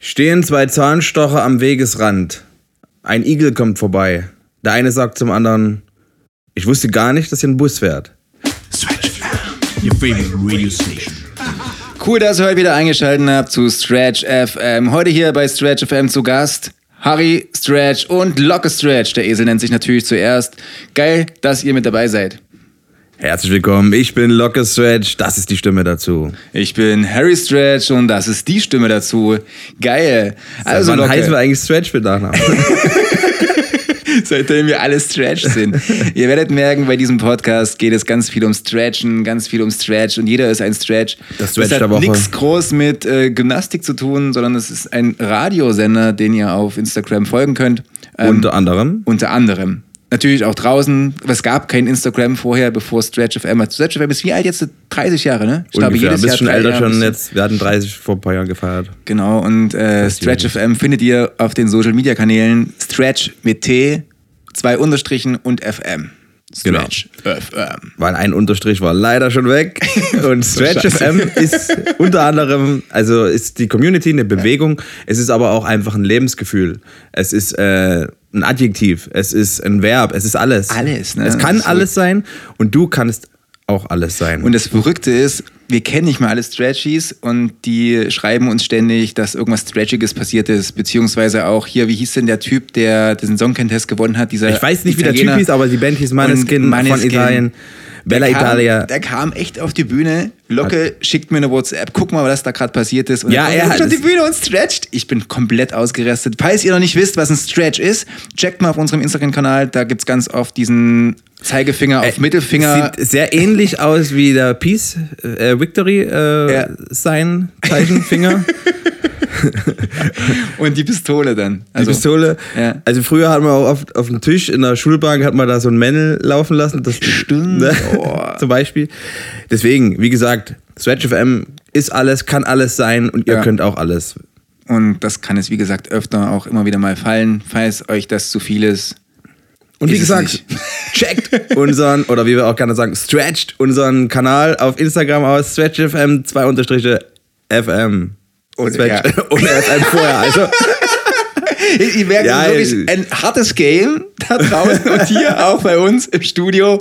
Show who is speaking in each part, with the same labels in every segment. Speaker 1: Stehen zwei Zahnstocher am Wegesrand. Ein Igel kommt vorbei. Der eine sagt zum anderen, ich wusste gar nicht, dass hier ein Bus fährt.
Speaker 2: Your favorite radio station.
Speaker 3: Cool, dass ihr heute wieder eingeschaltet habt zu Stretch FM. Heute hier bei Stretch FM zu Gast Harry Stretch und Locke Stretch. Der Esel nennt sich natürlich zuerst. Geil, dass ihr mit dabei seid.
Speaker 1: Herzlich willkommen, ich bin Locke Stretch, das ist die Stimme dazu.
Speaker 3: Ich bin Harry Stretch und das ist die Stimme dazu. Geil. Also
Speaker 1: Wann
Speaker 3: Locke,
Speaker 1: heißen wir eigentlich Stretch mit Nachnamen?
Speaker 3: seitdem wir alle Stretch sind. ihr werdet merken, bei diesem Podcast geht es ganz viel um Stretchen, ganz viel um Stretch und jeder ist ein Stretch.
Speaker 1: Das Stretch
Speaker 3: das
Speaker 1: der Woche.
Speaker 3: hat nichts groß mit äh, Gymnastik zu tun, sondern es ist ein Radiosender, den ihr auf Instagram folgen könnt. Ähm,
Speaker 1: Unter anderem.
Speaker 3: unter anderem. Natürlich auch draußen. Es gab kein Instagram vorher, bevor Stretch FM hat. Stretch FM ist wie alt jetzt? 30 Jahre, ne? Ich
Speaker 1: Ungefähr. ein bisschen
Speaker 3: drei
Speaker 1: älter
Speaker 3: Jahre
Speaker 1: schon
Speaker 3: bis-
Speaker 1: jetzt. Wir hatten 30 vor ein paar Jahren gefeiert.
Speaker 3: Genau, und äh, Stretch FM findet ihr auf den Social Media Kanälen Stretch mit T, zwei Unterstrichen und FM.
Speaker 1: Genau.
Speaker 3: Stretch FM.
Speaker 1: Weil ein Unterstrich war leider schon weg. Und Stretch FM ist unter anderem, also ist die Community eine Bewegung. Es ist aber auch einfach ein Lebensgefühl. Es ist äh, ein Adjektiv. Es ist ein Verb. Es ist alles.
Speaker 3: Alles, ne?
Speaker 1: Es kann
Speaker 3: So.
Speaker 1: alles sein und du kannst auch alles sein.
Speaker 3: Und das Verrückte ist, wir kennen nicht mal alle Stretchies und die schreiben uns ständig, dass irgendwas Stretchiges passiert ist, beziehungsweise auch hier, wie hieß denn der Typ, der diesen Song Contest gewonnen hat? Dieser
Speaker 1: ich weiß nicht, wie der Typ
Speaker 3: äh, Italiener.
Speaker 1: hieß, aber die Band hieß Maneskin,
Speaker 3: Und Maneskin.
Speaker 1: von Italien. Bella
Speaker 3: Der kam-
Speaker 1: Italia.
Speaker 3: Der kam echt auf die Bühne. Locke schickt mir eine WhatsApp. Guck mal, was da gerade passiert ist. Und
Speaker 1: Ja,
Speaker 3: dann
Speaker 1: er
Speaker 3: kommt
Speaker 1: hat
Speaker 3: auf die
Speaker 1: es-
Speaker 3: Bühne und stretcht. Ich bin komplett ausgerastet. Falls ihr noch nicht wisst, was ein Stretch ist, checkt mal auf unserem Instagram-Kanal. Da gibt's ganz oft diesen Zeigefinger auf Mittelfinger.
Speaker 1: Äh, Sieht sehr ähnlich aus wie der Peace äh, Victory äh,
Speaker 3: Ja.
Speaker 1: sein Zeichenfinger.
Speaker 3: Und die Pistole dann.
Speaker 1: Die Pistole.
Speaker 3: ja.
Speaker 1: Also früher hat man auch oft auf dem Tisch in der Schulbank hat man da so einen Männel laufen lassen. Das,
Speaker 3: Stimmt.
Speaker 1: Ne?
Speaker 3: Oh.
Speaker 1: Zum Beispiel. Deswegen, wie gesagt, Stretch FM ist alles, kann alles sein und ihr
Speaker 3: Ja.
Speaker 1: könnt auch alles.
Speaker 3: Und das kann es, wie gesagt, öfter auch immer wieder mal fallen, falls euch das zu viel ist.
Speaker 1: Und wie
Speaker 3: Ist es
Speaker 1: gesagt,
Speaker 3: nicht.
Speaker 1: checkt unseren, oder wie wir auch gerne sagen, stretcht unseren Kanal auf Instagram aus, stretchfm 2 Unterstriche FM.
Speaker 3: Ohne
Speaker 1: Stretch-
Speaker 3: R.
Speaker 1: ohne FM vorher. Also,
Speaker 3: Ich, ich merke
Speaker 1: Ja,
Speaker 3: das ist wirklich
Speaker 1: ja.
Speaker 3: ein hartes Game da draußen und hier auch bei uns im Studio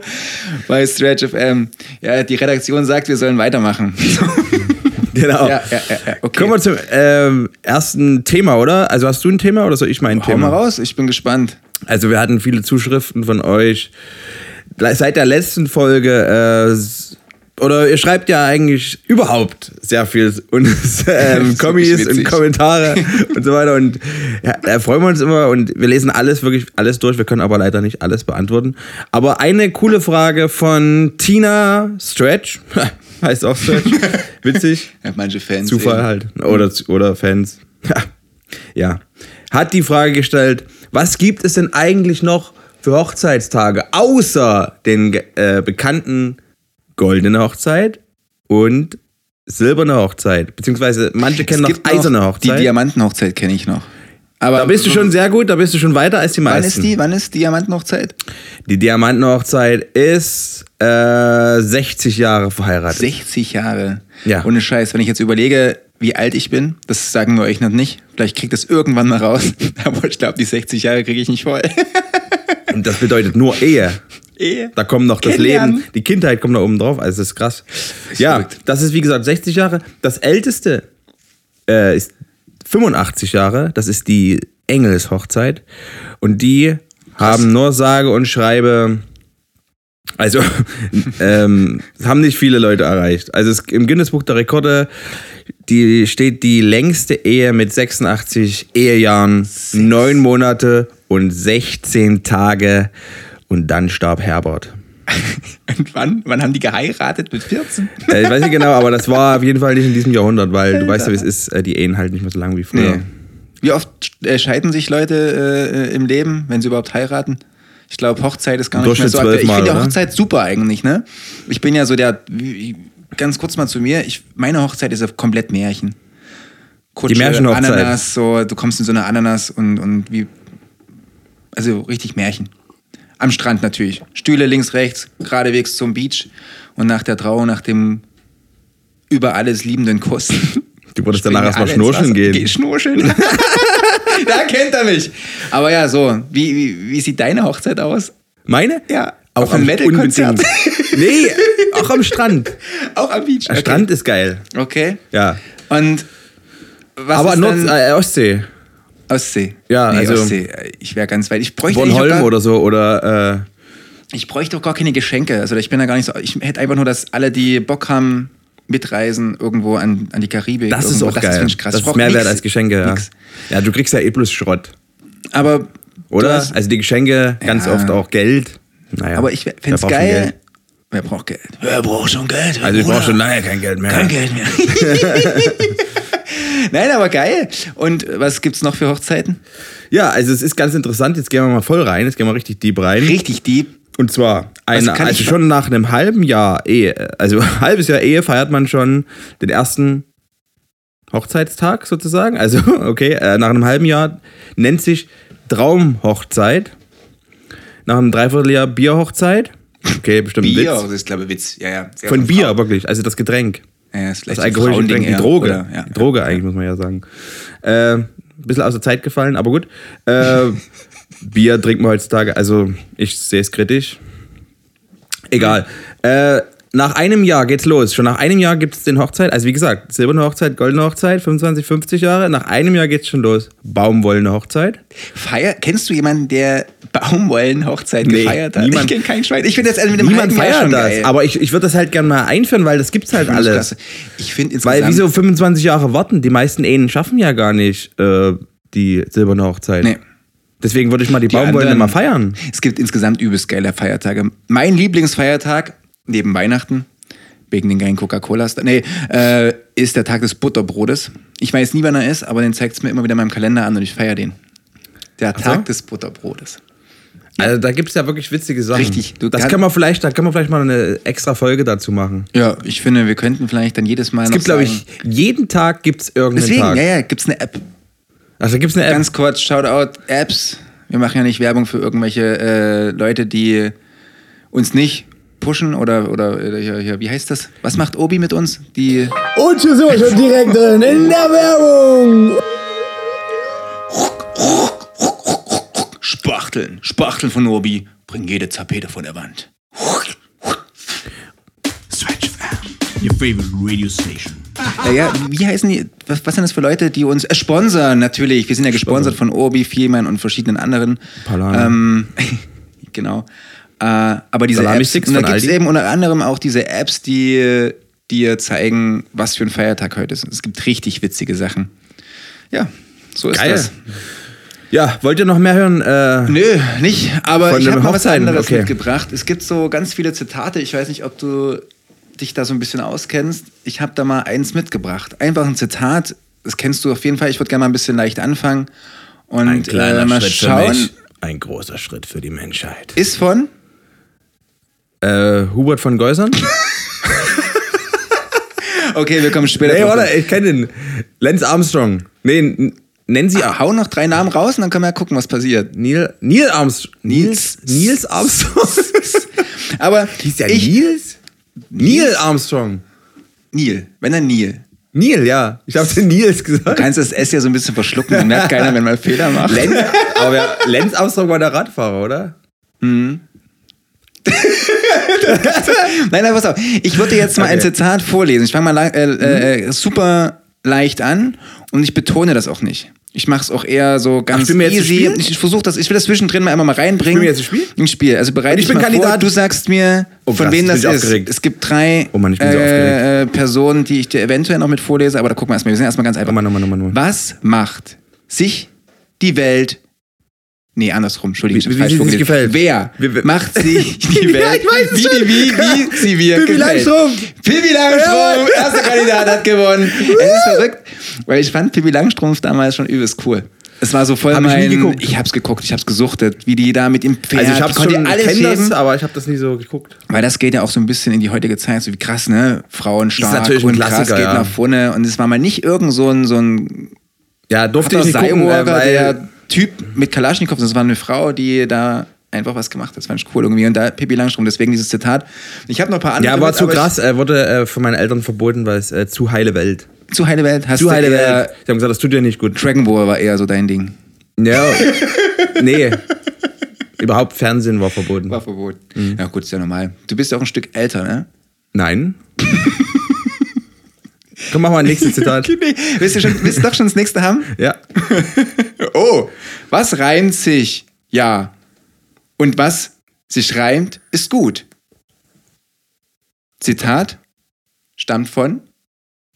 Speaker 3: bei Stretch FM. Ja, die Redaktion sagt, wir sollen weitermachen.
Speaker 1: genau.
Speaker 3: Ja, ja, ja, ja, okay.
Speaker 1: Kommen wir zum ähm, ersten Thema, oder? Also hast du ein Thema oder soll ich mein
Speaker 3: Hau
Speaker 1: Thema?
Speaker 3: mal raus, ich bin gespannt.
Speaker 1: Also wir hatten viele Zuschriften von euch. Le- Seit der letzten Folge, äh, s- oder ihr schreibt ja eigentlich überhaupt sehr viel uns ähm,
Speaker 3: ist
Speaker 1: Kommis
Speaker 3: wirklich
Speaker 1: und
Speaker 3: witzig.
Speaker 1: Kommentare und so weiter. Und ja, da freuen wir uns immer und wir lesen alles, wirklich alles durch. Wir können aber leider nicht alles beantworten. Aber eine coole Frage von Tina Stretch. heißt auch Stretch. Witzig.
Speaker 3: Ja, Manche Fans.
Speaker 1: Zufall
Speaker 3: eben.
Speaker 1: halt. Oder,
Speaker 3: Mhm.
Speaker 1: oder Fans. ja. Hat die Frage gestellt, was gibt es denn eigentlich noch für Hochzeitstage außer den äh, bekannten goldene Hochzeit und silberne Hochzeit? Beziehungsweise manche kennen noch
Speaker 3: Es gibt noch
Speaker 1: eiserne
Speaker 3: Die
Speaker 1: Hochzeit.
Speaker 3: Diamantenhochzeit kenne ich noch. Aber
Speaker 1: da bist du schon sehr gut, da bist du schon weiter als die meisten.
Speaker 3: Wann ist die? Wann ist Diamantenhochzeit?
Speaker 1: Die Diamantenhochzeit ist äh, 60 Jahre verheiratet.
Speaker 3: 60 Jahre.
Speaker 1: Ja.
Speaker 3: Ohne Scheiß, wenn ich jetzt überlege, wie alt ich bin, das sagen wir euch noch nicht. Vielleicht kriegt das irgendwann mal raus. Aber ich glaube, die 60 Jahre kriege ich nicht voll.
Speaker 1: Und das bedeutet nur Ehe.
Speaker 3: Ehe.
Speaker 1: Da kommt noch das
Speaker 3: Kennenlernen.
Speaker 1: Leben, die Kindheit kommt da oben drauf, also das ist krass. ja,
Speaker 3: verrückt.
Speaker 1: das ist wie gesagt 60 Jahre. Das älteste äh, ist 85 Jahre, das ist die Engelshochzeit. Und die haben nur sage und schreibe, also ähm, es haben nicht viele Leute erreicht. Also es, im Guinness-Buch der Rekorde die, steht die längste Ehe mit 86 Ehejahren, neun Monate und 16 Tage. Und dann starb Herbert.
Speaker 3: Und wann? Wann haben die geheiratet? Mit 14?
Speaker 1: Äh, Ich weiß nicht genau, aber das war auf jeden Fall nicht in diesem Jahrhundert, weil du weißt ja, wie es ist, äh, die Ehen halt nicht mehr so lang wie früher.
Speaker 3: Wie oft äh, scheiden sich Leute äh, im Leben, wenn sie überhaupt heiraten? Ich glaube, Hochzeit ist gar nicht mehr
Speaker 1: Durchschnitt
Speaker 3: so aktuell. Ich
Speaker 1: zwölfmal,
Speaker 3: finde ja
Speaker 1: oder?
Speaker 3: Hochzeit super eigentlich, ne? Ich bin ja so der. wie- Ganz kurz mal zu mir. Ich, meine Hochzeit ist ja komplett Märchen. Kutsche,
Speaker 1: Die Märchenhochzeit.
Speaker 3: Ananas, so, du kommst in so eine Ananas und, und wie. Also richtig Märchen. Am Strand natürlich. Stühle links, rechts, geradewegs zum Beach. Und nach der Trauung, nach dem über alles liebenden Kuss,
Speaker 1: Du wolltest danach erstmal
Speaker 3: alle ins
Speaker 1: schnurchen
Speaker 3: Wasser.
Speaker 1: gehen.
Speaker 3: Geh schnurchen. da kennt er mich. Aber ja, so. Wie, wie, wie sieht deine Hochzeit aus?
Speaker 1: Meine?
Speaker 3: Ja,
Speaker 1: Auch
Speaker 3: auf einem
Speaker 1: am
Speaker 3: Metal-Konzert.
Speaker 1: unbedingt. Nee, auch am Strand.
Speaker 3: Auch am Beach.
Speaker 1: Der Strand ist geil.
Speaker 3: Okay.
Speaker 1: Ja.
Speaker 3: Und was
Speaker 1: Aber
Speaker 3: ist
Speaker 1: Nord
Speaker 3: dann
Speaker 1: äh, Ostsee.
Speaker 3: Ostsee?
Speaker 1: Ja,
Speaker 3: nee,
Speaker 1: also-
Speaker 3: Ostsee. Ich wäre ganz weit. Ich bräuchte eigentlich auch
Speaker 1: Bornholm
Speaker 3: gar,
Speaker 1: oder so oder äh,
Speaker 3: Ich bräuchte auch gar keine Geschenke. Also ich bin da gar nicht so. Ich hätte einfach nur, dass alle, die Bock haben, mitreisen irgendwo an, an die Karibik.
Speaker 1: das ist
Speaker 3: irgendwo.
Speaker 1: auch geil.
Speaker 3: finde ich krass.
Speaker 1: Das
Speaker 3: Ich
Speaker 1: ist
Speaker 3: brauch
Speaker 1: mehr wert
Speaker 3: nix.
Speaker 1: als Geschenke. Ja.
Speaker 3: Nix.
Speaker 1: ja, du kriegst ja eh bloß Schrott,
Speaker 3: Aber du
Speaker 1: oder?
Speaker 3: hast-
Speaker 1: Also die Geschenke ganz
Speaker 3: Ja.
Speaker 1: oft auch Geld. Naja,
Speaker 3: aber ich
Speaker 1: wer
Speaker 3: fände es
Speaker 1: braucht schon
Speaker 3: geil.
Speaker 1: Geld?
Speaker 3: Wer braucht Geld? Wer braucht schon Geld?
Speaker 1: Also ich
Speaker 3: Bruder?
Speaker 1: brauche schon lange kein Geld mehr.
Speaker 3: Kein Geld mehr. Nein, aber geil. Und was gibt's noch für Hochzeiten?
Speaker 1: Ja, also es ist ganz interessant. Jetzt gehen wir mal voll rein. Jetzt gehen wir richtig deep rein.
Speaker 3: Richtig deep.
Speaker 1: Und zwar, eine,
Speaker 3: Was kann ich
Speaker 1: also
Speaker 3: ver-
Speaker 1: schon nach einem halben Jahr Ehe, also ein halbes Jahr Ehe feiert man schon den ersten Hochzeitstag sozusagen. Also, okay, äh, nach einem halben Jahr nennt sich Traumhochzeit. Nach einem Dreivierteljahr Bierhochzeit. Okay, bestimmt ein
Speaker 3: Bier,
Speaker 1: Witz.
Speaker 3: das ist glaube ich Witz. Ja, ja. Sehr
Speaker 1: Von Bier,
Speaker 3: Frauen.
Speaker 1: wirklich. Also das Getränk.
Speaker 3: Ja,
Speaker 1: Das
Speaker 3: ist vielleicht ein
Speaker 1: alkoholische
Speaker 3: Frauending
Speaker 1: Getränk, die
Speaker 3: eher,
Speaker 1: Droge.
Speaker 3: Oder, ja.
Speaker 1: die Droge eigentlich, muss man ja sagen. Äh, bisschen aus der Zeit gefallen, aber gut. Äh, Bier trinkt man heutzutage, also ich sehe es kritisch. Egal. Äh, nach einem Jahr geht's los. Schon nach einem Jahr gibt es den Hochzeit. Also wie gesagt, silberne Hochzeit, goldene Hochzeit, 25, 50 Jahre. Nach einem Jahr geht's schon los. Baumwollene Hochzeit.
Speaker 3: Feier, kennst du jemanden, der Baumwollen-Hochzeit
Speaker 1: Nee,
Speaker 3: gefeiert hat?
Speaker 1: niemand-
Speaker 3: ich kenne keinen Schwein. Ich finde das also mit dem
Speaker 1: Niemand
Speaker 3: halben Jahr
Speaker 1: feiert
Speaker 3: schon
Speaker 1: das,
Speaker 3: geil.
Speaker 1: aber ich, ich würde das halt gerne mal einführen, weil das gibt's halt
Speaker 3: Finde ich
Speaker 1: alles.
Speaker 3: klasse. Ich finde insgesamt...
Speaker 1: Weil wieso 25 Jahre warten? Die meisten Ehen schaffen ja gar nicht äh, die silberne Hochzeit.
Speaker 3: Nee.
Speaker 1: Deswegen würde ich mal die,
Speaker 3: Die
Speaker 1: Baumwollende
Speaker 3: anderen-
Speaker 1: mal feiern.
Speaker 3: Es gibt insgesamt übelst geile Feiertage. Mein Lieblingsfeiertag, neben Weihnachten, wegen den geilen Coca-Colas, nee, äh, ist der Tag des Butterbrotes. Ich weiß nie, wann er ist, aber den zeigt es mir immer wieder in meinem Kalender an und ich feiere den. Der
Speaker 1: so?
Speaker 3: Tag des Butterbrotes.
Speaker 1: Also da gibt es ja wirklich witzige Sachen.
Speaker 3: Richtig. Du
Speaker 1: Das
Speaker 3: kann-
Speaker 1: kann man vielleicht, da kann man vielleicht mal eine extra Folge dazu machen.
Speaker 3: Ja, ich finde, wir könnten vielleicht dann jedes Mal
Speaker 1: Es gibt, glaube ich, jeden Tag gibt es irgendeinen
Speaker 3: Deswegen,
Speaker 1: Tag.
Speaker 3: ja, ja, gibt es eine App.
Speaker 1: Also da gibt es eine App.
Speaker 3: Ganz kurz, Shoutout, Apps. Wir machen ja nicht Werbung für irgendwelche äh, Leute, die uns nicht pushen oder, oder äh, hier, hier, wie heißt das? Was macht Obi mit uns? Die
Speaker 4: Und hier sind wir schon direkt drin in der Werbung.
Speaker 3: Spachteln. Spachteln von Obi bringen jede Tapete von der Wand.
Speaker 2: Stretch FM, your favorite radio station.
Speaker 3: Naja, wie heißen die? Was, was sind das für Leute, die uns äh, sponsern? Natürlich, wir sind ja gesponsert von Obi, Vielmann und verschiedenen anderen.
Speaker 1: Palana.
Speaker 3: Ähm, genau. Äh, aber diese
Speaker 1: Salami
Speaker 3: Apps,
Speaker 1: Sticks
Speaker 3: und da
Speaker 1: von
Speaker 3: gibt es
Speaker 1: Aldi.
Speaker 3: eben unter anderem auch diese Apps, die dir zeigen, was für ein Feiertag heute ist. Es gibt richtig witzige Sachen. Ja, so ist
Speaker 1: Geil.
Speaker 3: das.
Speaker 1: ja, wollt ihr noch mehr hören? Äh,
Speaker 3: Nö, nicht, aber
Speaker 1: Von
Speaker 3: ich
Speaker 1: den
Speaker 3: habe mal was
Speaker 1: Hochzeiten,
Speaker 3: anderes
Speaker 1: okay.
Speaker 3: mitgebracht. Es gibt so ganz viele Zitate. Ich weiß nicht, ob du dich da so ein bisschen auskennst. Ich habe da mal eins mitgebracht. Einfach ein Zitat. Das kennst du auf jeden Fall. Ich würde gerne mal ein bisschen leicht anfangen. Und äh, mal schauen.
Speaker 1: ein großer Schritt für die Menschheit.
Speaker 3: Ist von.
Speaker 1: Äh, Hubert von Geusern?
Speaker 3: Okay, wir kommen später.
Speaker 1: nee,
Speaker 3: drauf.
Speaker 1: warte, ich kenne den. Lance Armstrong. Nee, n- nennen Sie
Speaker 3: Ja, hau noch drei Namen raus und dann können wir ja gucken, was passiert.
Speaker 1: Neil, Neil Armstrong. Nils, Nils Armstrong.
Speaker 3: Aber
Speaker 1: Hieß der
Speaker 3: ich,
Speaker 1: Nils? Neil Armstrong.
Speaker 3: Neil, wenn dann Neil.
Speaker 1: Neil, ja. Ich habe den Nils
Speaker 3: Du
Speaker 1: gesagt.
Speaker 3: kannst das S ja so ein bisschen verschlucken, dann merkt keiner, wenn man Fehler macht.
Speaker 1: Lenz, aber wer, Lenz Armstrong war der Radfahrer, oder?
Speaker 3: Nein, nein, pass auf. Ich würde dir jetzt mal
Speaker 1: Okay. Mhm.
Speaker 3: ein Zitat vorlesen. Ich fange mal la- äh, äh, super leicht an und ich betone das auch nicht. Ich mache es auch eher so ganz
Speaker 1: spielen wir jetzt ein
Speaker 3: easy.
Speaker 1: Spiel?
Speaker 3: Ich, ich versuche das. Ich will das zwischendrin mal einmal mal reinbringen.
Speaker 1: Spielen wir jetzt ein Spiel?
Speaker 3: Ein Spiel. Also bereite
Speaker 1: Ich
Speaker 3: dich
Speaker 1: bin
Speaker 3: mal Vor.
Speaker 1: Kandidat.
Speaker 3: Du sagst mir,
Speaker 1: Oh,
Speaker 3: von
Speaker 1: krass,
Speaker 3: wem
Speaker 1: jetzt
Speaker 3: das
Speaker 1: bin ich
Speaker 3: ist.
Speaker 1: aufgeregt.
Speaker 3: Es gibt drei
Speaker 1: Oh Mann, ich bin so
Speaker 3: äh, äh, Personen, die ich dir eventuell noch mit vorlese, aber da gucken wir erstmal. Wir sind erstmal ganz einfach.
Speaker 1: Oh Mann, oh Mann, oh Mann, oh Mann.
Speaker 3: Was macht sich die Welt? Nee, andersrum, Entschuldigung, ich hab
Speaker 1: Wie- wie
Speaker 3: falsch
Speaker 1: sie sich
Speaker 3: vorgelesen.
Speaker 1: gefällt.
Speaker 3: Wer
Speaker 1: Wie- wie-
Speaker 3: macht sich die
Speaker 1: Ja,
Speaker 3: Welt?
Speaker 1: ich weiß es
Speaker 3: wie,
Speaker 1: schon.
Speaker 3: die- wie, wie sie wir
Speaker 1: Pippi
Speaker 3: gefällt.
Speaker 1: Langstrumpf.
Speaker 3: Pippi Langstrumpf, erster Kandidat hat gewonnen. es ist verrückt, weil ich fand Pippi Langstrumpf damals schon übelst cool. Es war so voll
Speaker 1: Hab ich
Speaker 3: mein.
Speaker 1: nie geguckt.
Speaker 3: ich hab's geguckt, ich hab's gesuchtet, wie die da mit dem Pferd.
Speaker 1: also ich habe
Speaker 3: konnte
Speaker 1: schon
Speaker 3: alles
Speaker 1: kenn das,
Speaker 3: heben.
Speaker 1: aber ich habe das nie so geguckt.
Speaker 3: Weil das geht ja auch so ein bisschen in die heutige Zeit, so wie krass, ne? Frauen stark
Speaker 1: natürlich ein
Speaker 3: und krass
Speaker 1: Klassiker,
Speaker 3: geht
Speaker 1: ja.
Speaker 3: nach vorne. Und es war mal nicht irgend so ein, so ein
Speaker 1: Ja, durfte ich nicht gucken, äh,
Speaker 3: Cyborger,
Speaker 1: weil
Speaker 3: der Typ mit Kalaschnikow, das war eine Frau, die da einfach was gemacht hat. Das fand ich cool irgendwie. Und da Pippi Langstrom, deswegen dieses Zitat. Ich habe noch ein paar andere.
Speaker 1: ja, war
Speaker 3: mit,
Speaker 1: zu
Speaker 3: aber ich-
Speaker 1: krass. Er wurde äh, von meinen Eltern verboten, weil es äh, zu heile Welt.
Speaker 3: zu heile Welt hast
Speaker 1: Du heile
Speaker 3: eher-
Speaker 1: Welt. Ich habe gesagt, das tut dir nicht gut.
Speaker 3: Dragon Ball war eher so dein Ding.
Speaker 1: Ja. nee. Überhaupt Fernsehen war verboten.
Speaker 3: War verboten. Ja gut, ist ja normal. Du bist ja auch ein Stück älter, ne?
Speaker 1: Nein. Komm, mach mal ein nächstes Zitat.
Speaker 3: Willst du, schon, willst du doch schon das nächste haben?
Speaker 1: Ja.
Speaker 3: Oh, was reimt sich? Ja. Und was sich reimt, ist gut. Zitat stammt von.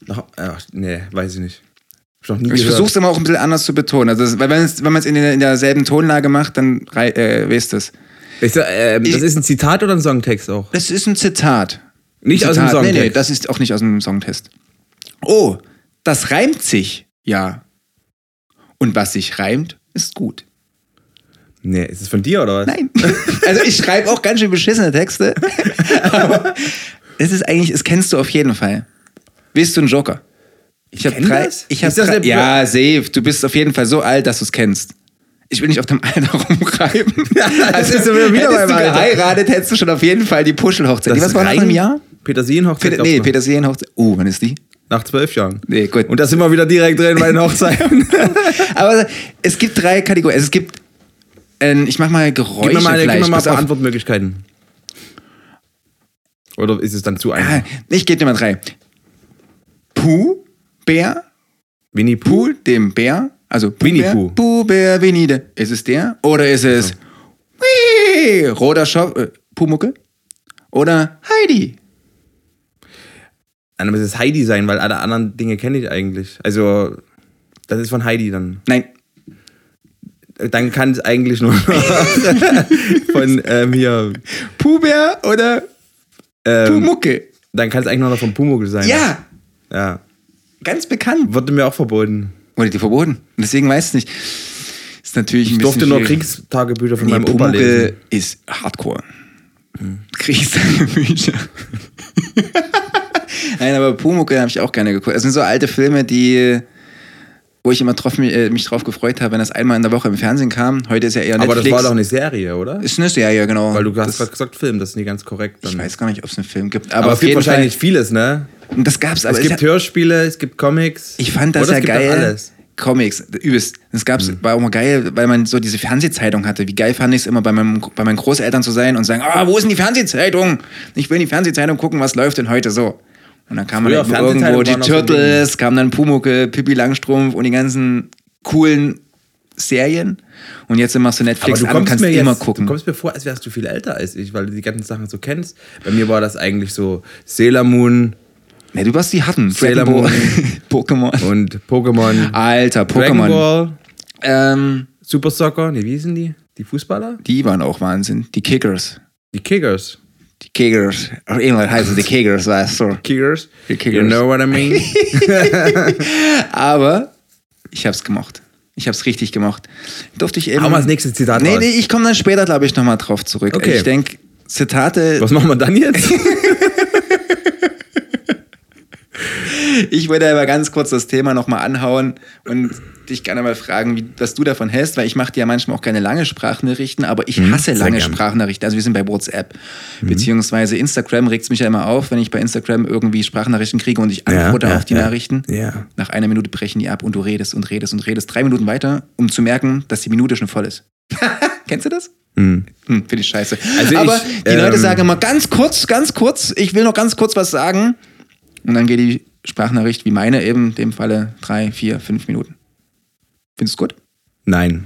Speaker 1: Noch, ach, nee, weiß ich nicht. Hab noch nie
Speaker 3: Ich
Speaker 1: gehört.
Speaker 3: versuche es immer auch ein bisschen anders zu betonen. Also, das, weil wenn es- wenn man es in, der- in derselben Tonlage macht, dann rei- äh, weißt du es.
Speaker 1: Ich sag, ähm, das
Speaker 3: Ich-
Speaker 1: ist ein Zitat oder ein Songtext auch?
Speaker 3: Das ist ein Zitat.
Speaker 1: Nicht aus dem
Speaker 3: Zitat. Nee, nee,
Speaker 1: Songtext.
Speaker 3: das ist auch nicht aus dem Songtest. Oh, das reimt sich, ja. Und was sich reimt, ist gut.
Speaker 1: Nee, ist es von dir oder was?
Speaker 3: Nein. Also ich schreibe auch ganz schön beschissene Texte. Aber es ist eigentlich, es kennst du auf jeden Fall. Bist du ein Joker? Ich habe
Speaker 1: kenn
Speaker 3: drei.
Speaker 1: das?
Speaker 3: Ich hab
Speaker 1: Ist das
Speaker 3: drei
Speaker 1: der-
Speaker 3: ja, safe. Du bist auf jeden Fall so alt, dass du es kennst. Ich will nicht auf dem Alter rumreiben.
Speaker 1: das ist wieder beim
Speaker 3: hättest du
Speaker 1: Alter.
Speaker 3: geheiratet, hättest du schon auf jeden Fall die Puschelhochzeit. Die, was war nach
Speaker 1: rein-
Speaker 3: einem Jahr?
Speaker 1: Petersilienhochzeit.
Speaker 3: Peter,
Speaker 1: gab's
Speaker 3: nee,
Speaker 1: noch.
Speaker 3: Petersilienhochzeit. Oh, wann ist die?
Speaker 1: Nach zwölf Jahren.
Speaker 3: Nee, gut.
Speaker 1: Und da sind wir wieder direkt drin bei den Hochzeiten.
Speaker 3: Aber es gibt drei Kategorien. Also es gibt, ähm, ich mach mal Geräusche
Speaker 1: gib mir mal, gib
Speaker 3: vielleicht.
Speaker 1: mir mal ein
Speaker 3: Pass
Speaker 1: paar
Speaker 3: auf.
Speaker 1: Antwortmöglichkeiten. Oder ist es dann zu
Speaker 3: Ah,
Speaker 1: einfach?
Speaker 3: Ich gebe dir mal drei. Puh, Bär,
Speaker 1: Winnie Pooh?
Speaker 3: Puh, dem Bär, also Puh,
Speaker 1: Winnie
Speaker 3: Bär,
Speaker 1: Puh.
Speaker 3: Puh, Bär, Winnie, der. Ist es der? Oder ist es Hui, Roter Schopf, äh, Pumucke? Oder Heidi?
Speaker 1: Dann muss es Heidi sein, weil alle anderen Dinge kenne ich eigentlich. Also, das ist von Heidi dann.
Speaker 3: Nein,
Speaker 1: Dann kann es eigentlich nur von ähm, hier.
Speaker 3: Puh, Bär oder
Speaker 1: Ähm,
Speaker 3: Pumucke?
Speaker 1: dann kann es eigentlich nur noch von Pumuckl sein.
Speaker 3: Ja,
Speaker 1: ja.
Speaker 3: ganz bekannt.
Speaker 1: Wurde mir auch verboten.
Speaker 3: Wurde dir verboten. Deswegen weiß ich nicht. Ist natürlich ein
Speaker 1: Ich durfte
Speaker 3: bisschen
Speaker 1: nur
Speaker 3: schwierig.
Speaker 1: Kriegstagebücher von
Speaker 3: Nee,
Speaker 1: meinem Opa lesen. Mhm.
Speaker 3: Pumuckel ist Hardcore. Kriegst deine Bücher. Nein, aber Pumuckel habe ich auch gerne geguckt. Das sind so alte Filme, die wo ich immer drauf, mich, äh, mich drauf gefreut habe, wenn das einmal in der Woche im Fernsehen kam. Heute ist ja eher
Speaker 1: Aber das
Speaker 3: Netflix.
Speaker 1: war doch eine Serie, oder?
Speaker 3: Ist eine Serie, genau.
Speaker 1: Weil du hast
Speaker 3: das,
Speaker 1: gerade gesagt Film, das ist nicht ganz korrekt. Dann.
Speaker 3: ich weiß gar nicht, ob es einen Film gibt.
Speaker 1: aber,
Speaker 3: Aber,
Speaker 1: es
Speaker 3: auf
Speaker 1: gibt
Speaker 3: jeden
Speaker 1: wahrscheinlich vieles, ne?
Speaker 3: Fall. Das gab's. Aber
Speaker 1: Es
Speaker 3: ich
Speaker 1: gibt
Speaker 3: hab-
Speaker 1: Hörspiele, es gibt Comics.
Speaker 3: Ich fand das
Speaker 1: Oder
Speaker 3: ja
Speaker 1: es gibt doch
Speaker 3: geil.
Speaker 1: Alles. Hm.
Speaker 3: Comics, übelst. Das gab's, war auch mal geil, weil man so diese Fernsehzeitung hatte. Wie geil fand ich es immer, bei, meinem, bei meinen Großeltern zu sein und sagen, ah, wo ist denn die Fernsehzeitung? Ich will in die Fernsehzeitung gucken, was läuft denn heute so? Und dann kam man
Speaker 1: Früher
Speaker 3: dann irgendwo
Speaker 1: Fernsehzeitung
Speaker 3: die
Speaker 1: war noch so ein
Speaker 3: Turtles, kam dann Pumuckel, Pippi Langstrumpf und die ganzen coolen Serien. Und jetzt machst du Netflix an und kannst
Speaker 1: mir
Speaker 3: immer
Speaker 1: jetzt, Du
Speaker 3: gucken.
Speaker 1: kommst mir vor, als wärst du viel älter als ich, weil du die ganzen Sachen so kennst. Bei mir war das eigentlich so Sailor Moon
Speaker 3: Ne, du warst die Hatten.
Speaker 1: Sailor
Speaker 3: Dragon Ball, Pokémon.
Speaker 1: und Pokémon.
Speaker 3: Alter,
Speaker 1: Dragon
Speaker 3: Ah, Pokémon.
Speaker 1: Ball,
Speaker 3: Ähm,
Speaker 1: Super Soccer, ne, wie hießen die? Die Fußballer?
Speaker 3: die waren auch Wahnsinn. Die Kickers.
Speaker 1: Die Kickers.
Speaker 3: Die Kegers. Auf England heißen die Kegers, weißt du.
Speaker 1: Kickers.
Speaker 3: Die Kickers.
Speaker 1: You know what I mean?
Speaker 3: Aber ich hab's gemocht. Ich hab's richtig gemocht. Durfte ich eben.
Speaker 1: Hau mal das nächste Zitat
Speaker 3: Nee,
Speaker 1: raus.
Speaker 3: nee, ich komme dann später, glaube ich, nochmal drauf zurück.
Speaker 1: Okay.
Speaker 3: Ich denke, Zitate.
Speaker 1: Was machen wir dann jetzt?
Speaker 3: Ich würde aber ganz kurz das Thema nochmal anhauen und dich gerne mal fragen, wie, was du davon hältst, weil ich mache dir ja manchmal auch gerne lange Sprachnachrichten, aber ich hasse
Speaker 1: Mhm. sehr Mhm.
Speaker 3: lange
Speaker 1: gern.
Speaker 3: Sprachnachrichten. Also wir sind bei WhatsApp. Beziehungsweise Instagram regt es mich ja immer auf, wenn ich bei Instagram irgendwie Sprachnachrichten kriege und ich
Speaker 1: Ja,
Speaker 3: antworte
Speaker 1: ja,
Speaker 3: auf die
Speaker 1: ja.
Speaker 3: Nachrichten.
Speaker 1: Ja.
Speaker 3: Nach einer Minute brechen die ab und du redest und redest und redest. Drei Minuten weiter, um zu merken, dass die Minute schon voll ist. Kennst du das? Hm, Finde ich scheiße.
Speaker 1: Also ich,
Speaker 3: Aber die Leute
Speaker 1: ähm,
Speaker 3: sagen immer ganz kurz, ganz kurz, ich will noch ganz kurz was sagen. Und dann geht die Sprachnachricht wie meine eben, in dem Falle drei, vier, fünf Minuten. Findest du gut?
Speaker 1: Nein.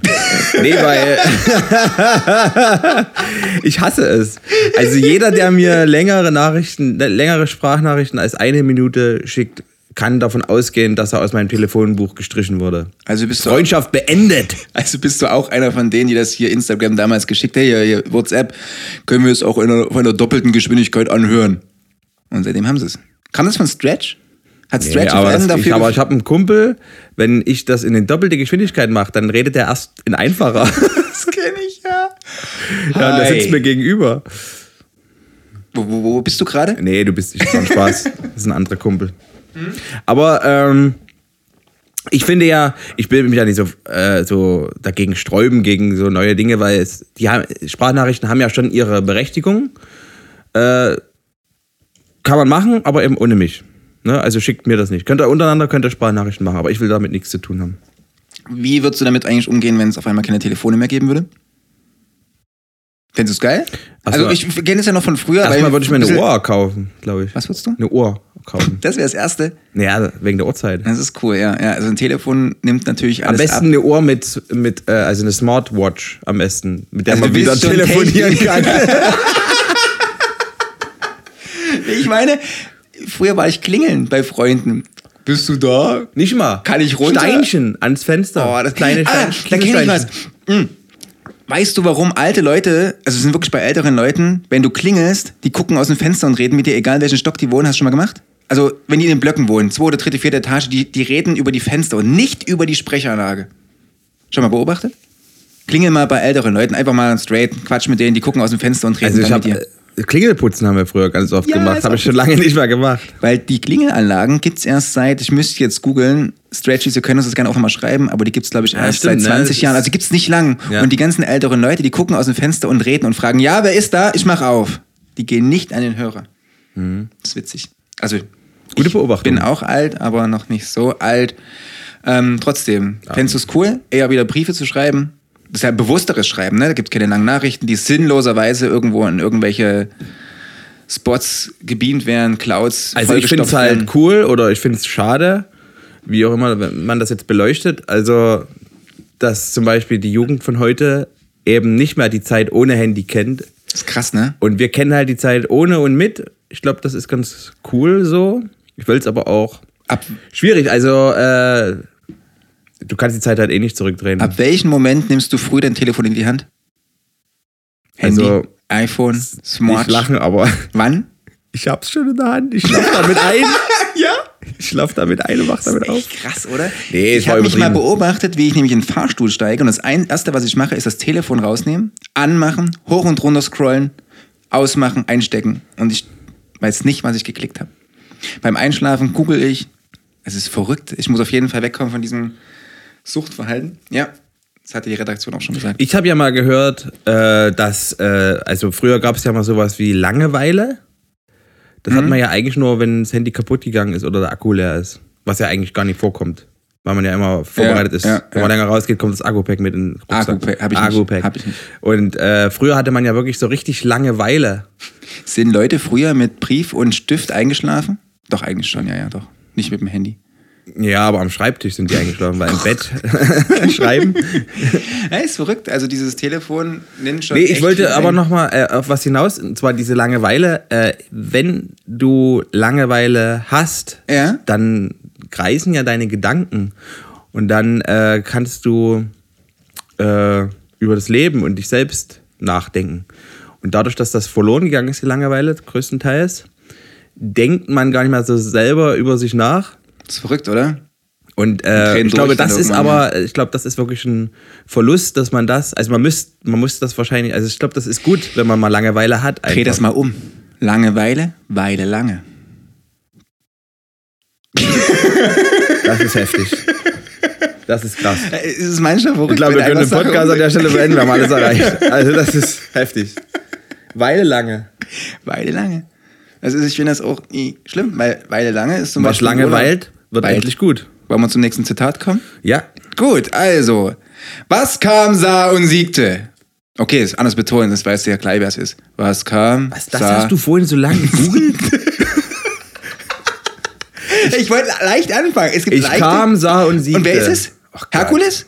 Speaker 1: Nee, weil. ich hasse es. Also jeder, der mir längere Nachrichten, ne, längere Sprachnachrichten als eine Minute schickt, kann davon ausgehen, dass er aus meinem Telefonbuch gestrichen wurde.
Speaker 3: Also bist, du auch,
Speaker 1: Freundschaft beendet.
Speaker 3: also bist du auch einer von denen, die das hier Instagram damals geschickt hat, hier, hier WhatsApp, können wir es auch in einer, auf einer doppelten Geschwindigkeit anhören. Und seitdem haben sie es. Kann das von Stretch? Hat Stretch
Speaker 1: Nee, aber,
Speaker 3: FM
Speaker 1: das,
Speaker 3: dafür
Speaker 1: ich, aber
Speaker 3: gef-
Speaker 1: ich habe einen Kumpel, wenn ich das in den doppelte Geschwindigkeit mache, dann redet der erst in einfacher.
Speaker 3: Das kenne ich ja.
Speaker 1: ja, und der
Speaker 3: Hi.
Speaker 1: sitzt mir gegenüber.
Speaker 3: Wo, wo, wo bist du gerade?
Speaker 1: Nee, du bist nicht war ein Spaß. Das ist ein anderer Kumpel.
Speaker 3: Hm?
Speaker 1: Aber ähm, ich finde ja, ich will mich ja nicht so, äh, so dagegen sträuben, gegen so neue Dinge, weil es, die haben, Sprachnachrichten haben ja schon ihre Berechtigung. Äh, kann man machen, aber eben ohne mich. Ne? Also schickt mir das nicht. Könnt ihr untereinander könnt ihr Sprachnachrichten machen, aber ich will damit nichts zu tun haben.
Speaker 3: Wie würdest du damit eigentlich umgehen, wenn es auf einmal keine Telefone mehr geben würde? Fändest du es geil?
Speaker 1: Ach so.
Speaker 3: Also ich kenne es ja noch von früher. weil-
Speaker 1: Erstmal würde ich mir eine
Speaker 3: bisschen-
Speaker 1: Uhr kaufen, glaube ich.
Speaker 3: Was würdest du?
Speaker 1: Eine Uhr kaufen.
Speaker 3: Das wäre das Erste.
Speaker 1: naja, wegen der Uhrzeit.
Speaker 3: Das ist cool, ja. ja. Also ein Telefon nimmt natürlich
Speaker 1: Am
Speaker 3: alles
Speaker 1: besten
Speaker 3: ab.
Speaker 1: eine Uhr mit, mit äh, also eine Smartwatch am besten, mit der
Speaker 3: Also
Speaker 1: man
Speaker 3: du
Speaker 1: wieder
Speaker 3: willst schon
Speaker 1: telefonieren kann.
Speaker 3: Ich meine, früher war ich klingeln bei Freunden. Bist du da?
Speaker 1: Nicht mal.
Speaker 3: Kann ich runter?
Speaker 1: Steinchen ans Fenster.
Speaker 3: Oh, das
Speaker 1: kleine
Speaker 3: ah,
Speaker 1: Steinchen.
Speaker 3: da
Speaker 1: kleine
Speaker 3: kenne ich was.
Speaker 1: Steinchen.
Speaker 3: Hm. Weißt du, warum alte Leute, also es sind wirklich bei älteren Leuten, wenn du klingelst, die gucken aus dem Fenster und reden mit dir, egal welchen Stock die wohnen, hast du schon mal gemacht? Also, wenn die in den Blöcken wohnen, zweite, dritte, vierte Etage, die, die reden über die Fenster und nicht über die Sprechanlage. Schon mal beobachtet? Klingel mal bei älteren Leuten, einfach mal straight, quatsch mit denen, die gucken aus dem Fenster und reden
Speaker 1: Also ich
Speaker 3: dann mit
Speaker 1: habe
Speaker 3: dir.
Speaker 1: Klingelputzen haben wir früher ganz oft
Speaker 3: Ja,
Speaker 1: gemacht.
Speaker 3: ist
Speaker 1: Habe
Speaker 3: auch
Speaker 1: ich schon lange nicht mehr gemacht.
Speaker 3: Weil die Klingelanlagen gibt es erst seit, ich müsste jetzt googeln, Stretchies, ihr könnt uns das gerne auch nochmal schreiben, aber die gibt es, glaube ich, erst
Speaker 1: stimmt, ne?
Speaker 3: seit 20
Speaker 1: Das
Speaker 3: Jahren.
Speaker 1: ist-
Speaker 3: Also gibt es nicht lang.
Speaker 1: Ja.
Speaker 3: Und die ganzen älteren Leute, die gucken aus dem Fenster und reden und fragen, ja, wer ist da? Ich mach auf. Die gehen nicht an den Hörer. Das ist witzig. Also,
Speaker 1: Mhm. Gute
Speaker 3: ich
Speaker 1: Beobachtung.
Speaker 3: bin auch alt, aber noch nicht so alt. Ähm, trotzdem, fändest du es cool, eher wieder Briefe zu schreiben? Das ist ja bewussteres Schreiben, ne? Da gibt es keine langen Nachrichten, die sinnloserweise irgendwo in irgendwelche Spots gebeamt werden, Clouds.
Speaker 1: Also ich finde
Speaker 3: vollgestopft
Speaker 1: es halt
Speaker 3: werden.
Speaker 1: cool oder ich finde es schade, wie auch immer wenn man das jetzt beleuchtet. Also, dass zum Beispiel die Jugend von heute eben nicht mehr die Zeit ohne Handy kennt.
Speaker 3: Ist krass, ne?
Speaker 1: Und wir kennen halt die Zeit ohne und mit. Ich glaube, das ist ganz cool so. Ich will es aber auch.
Speaker 3: Ab,
Speaker 1: Schwierig, also äh, du kannst die Zeit halt eh nicht zurückdrehen.
Speaker 3: ab welchem Moment nimmst du früh dein Telefon in die Hand? Handy,
Speaker 1: Also,
Speaker 3: iPhone, Smart.
Speaker 1: nicht lachen, aber
Speaker 3: Wann?
Speaker 1: ich hab's schon in der Hand. Ich schlaf damit ein.
Speaker 3: Ja.
Speaker 1: Ich schlaf damit ein und wach damit auf.
Speaker 3: Echt krass, oder?
Speaker 1: Nee, es
Speaker 3: ich
Speaker 1: war
Speaker 3: habe mich mal
Speaker 1: übertrieben.
Speaker 3: beobachtet, wie ich nämlich in den Fahrstuhl steige und das ein, erste, was ich mache, ist das Telefon rausnehmen, anmachen, hoch und runter scrollen, ausmachen, einstecken und ich weiß nicht, was ich geklickt habe. Beim Einschlafen google ich. Es ist verrückt. Ich muss auf jeden Fall wegkommen von diesem Suchtverhalten. Ja, das hatte die Redaktion auch schon gesagt.
Speaker 1: Ich habe ja mal gehört, äh, dass, äh, also früher gab es ja mal sowas wie Langeweile. Das
Speaker 3: Mhm.
Speaker 1: hat man ja eigentlich nur, wenn das Handy kaputt gegangen ist oder der Akku leer ist. Was ja eigentlich gar nicht vorkommt. Weil man ja immer vorbereitet ist.
Speaker 3: ja,
Speaker 1: Wenn man
Speaker 3: ja.
Speaker 1: länger rausgeht, kommt das Akku-Pack mit in den Rucksack.
Speaker 3: Akku-Pack, hab ich nicht,
Speaker 1: Akku-Pack.
Speaker 3: hab ich nicht.
Speaker 1: Und äh, früher hatte man ja wirklich so richtig Langeweile.
Speaker 3: Sind Leute früher mit Brief und Stift eingeschlafen? Doch, eigentlich schon, ja, ja, doch. Nicht mit dem Handy.
Speaker 1: Ja, aber am Schreibtisch sind die eingeschlafen, weil im Bett schreiben.
Speaker 3: Ja, ist verrückt. Also dieses Telefon nennt schon.
Speaker 1: Nee,
Speaker 3: echt
Speaker 1: ich
Speaker 3: viel
Speaker 1: wollte aber
Speaker 3: ein.
Speaker 1: nochmal äh, auf was hinaus, und zwar diese Langeweile. Äh, wenn du Langeweile hast,
Speaker 3: Ja.
Speaker 1: dann kreisen ja deine Gedanken und dann äh, kannst du äh, über das Leben und dich selbst nachdenken. Und dadurch, dass das verloren gegangen ist, die Langeweile größtenteils, denkt man gar nicht mehr so selber über sich nach.
Speaker 3: Ist verrückt, oder?
Speaker 1: Und
Speaker 3: Tränen
Speaker 1: äh, ich
Speaker 3: durch
Speaker 1: glaube,
Speaker 3: dann
Speaker 1: das ist
Speaker 3: irgendwann,
Speaker 1: aber, ich glaube, das ist wirklich ein Verlust, dass man das, also man müsste, man muss das wahrscheinlich, also ich glaube, das ist gut, wenn man mal Langeweile hat.
Speaker 3: Dreh
Speaker 1: einfach.
Speaker 3: das mal um. Langeweile, Weile lange.
Speaker 1: Das ist heftig. Das ist krass.
Speaker 3: Äh, Es ist manchmal verrückt.
Speaker 1: Ich glaube,
Speaker 3: wenn
Speaker 1: wir können
Speaker 3: einer
Speaker 1: den
Speaker 3: Sache
Speaker 1: Podcast
Speaker 3: um-
Speaker 1: an der Stelle beenden, wir haben alles erreicht. Also das ist heftig. Weile lange.
Speaker 3: Weile lange. Also ich finde das auch nie schlimm, weil Weile lange ist zum
Speaker 1: Was
Speaker 3: Beispiel.
Speaker 1: lange
Speaker 3: Urlaub.
Speaker 1: weilt, wird
Speaker 3: Weilt.
Speaker 1: endlich gut.
Speaker 3: Wollen wir zum nächsten Zitat kommen?
Speaker 1: Ja.
Speaker 3: Gut, also. Was kam, sah und siegte? Okay, ist anders betont, das weißt du ja gleich, wer es ist. Was kam?
Speaker 1: Was, das
Speaker 3: sah,
Speaker 1: hast du vorhin so lange gegoogelt?
Speaker 3: Ich wollte leicht anfangen. Es gibt
Speaker 1: Ich
Speaker 3: leichte-
Speaker 1: kam, sah und siegte.
Speaker 3: Und wer ist es?
Speaker 1: Ach, Gott.
Speaker 3: Herkules?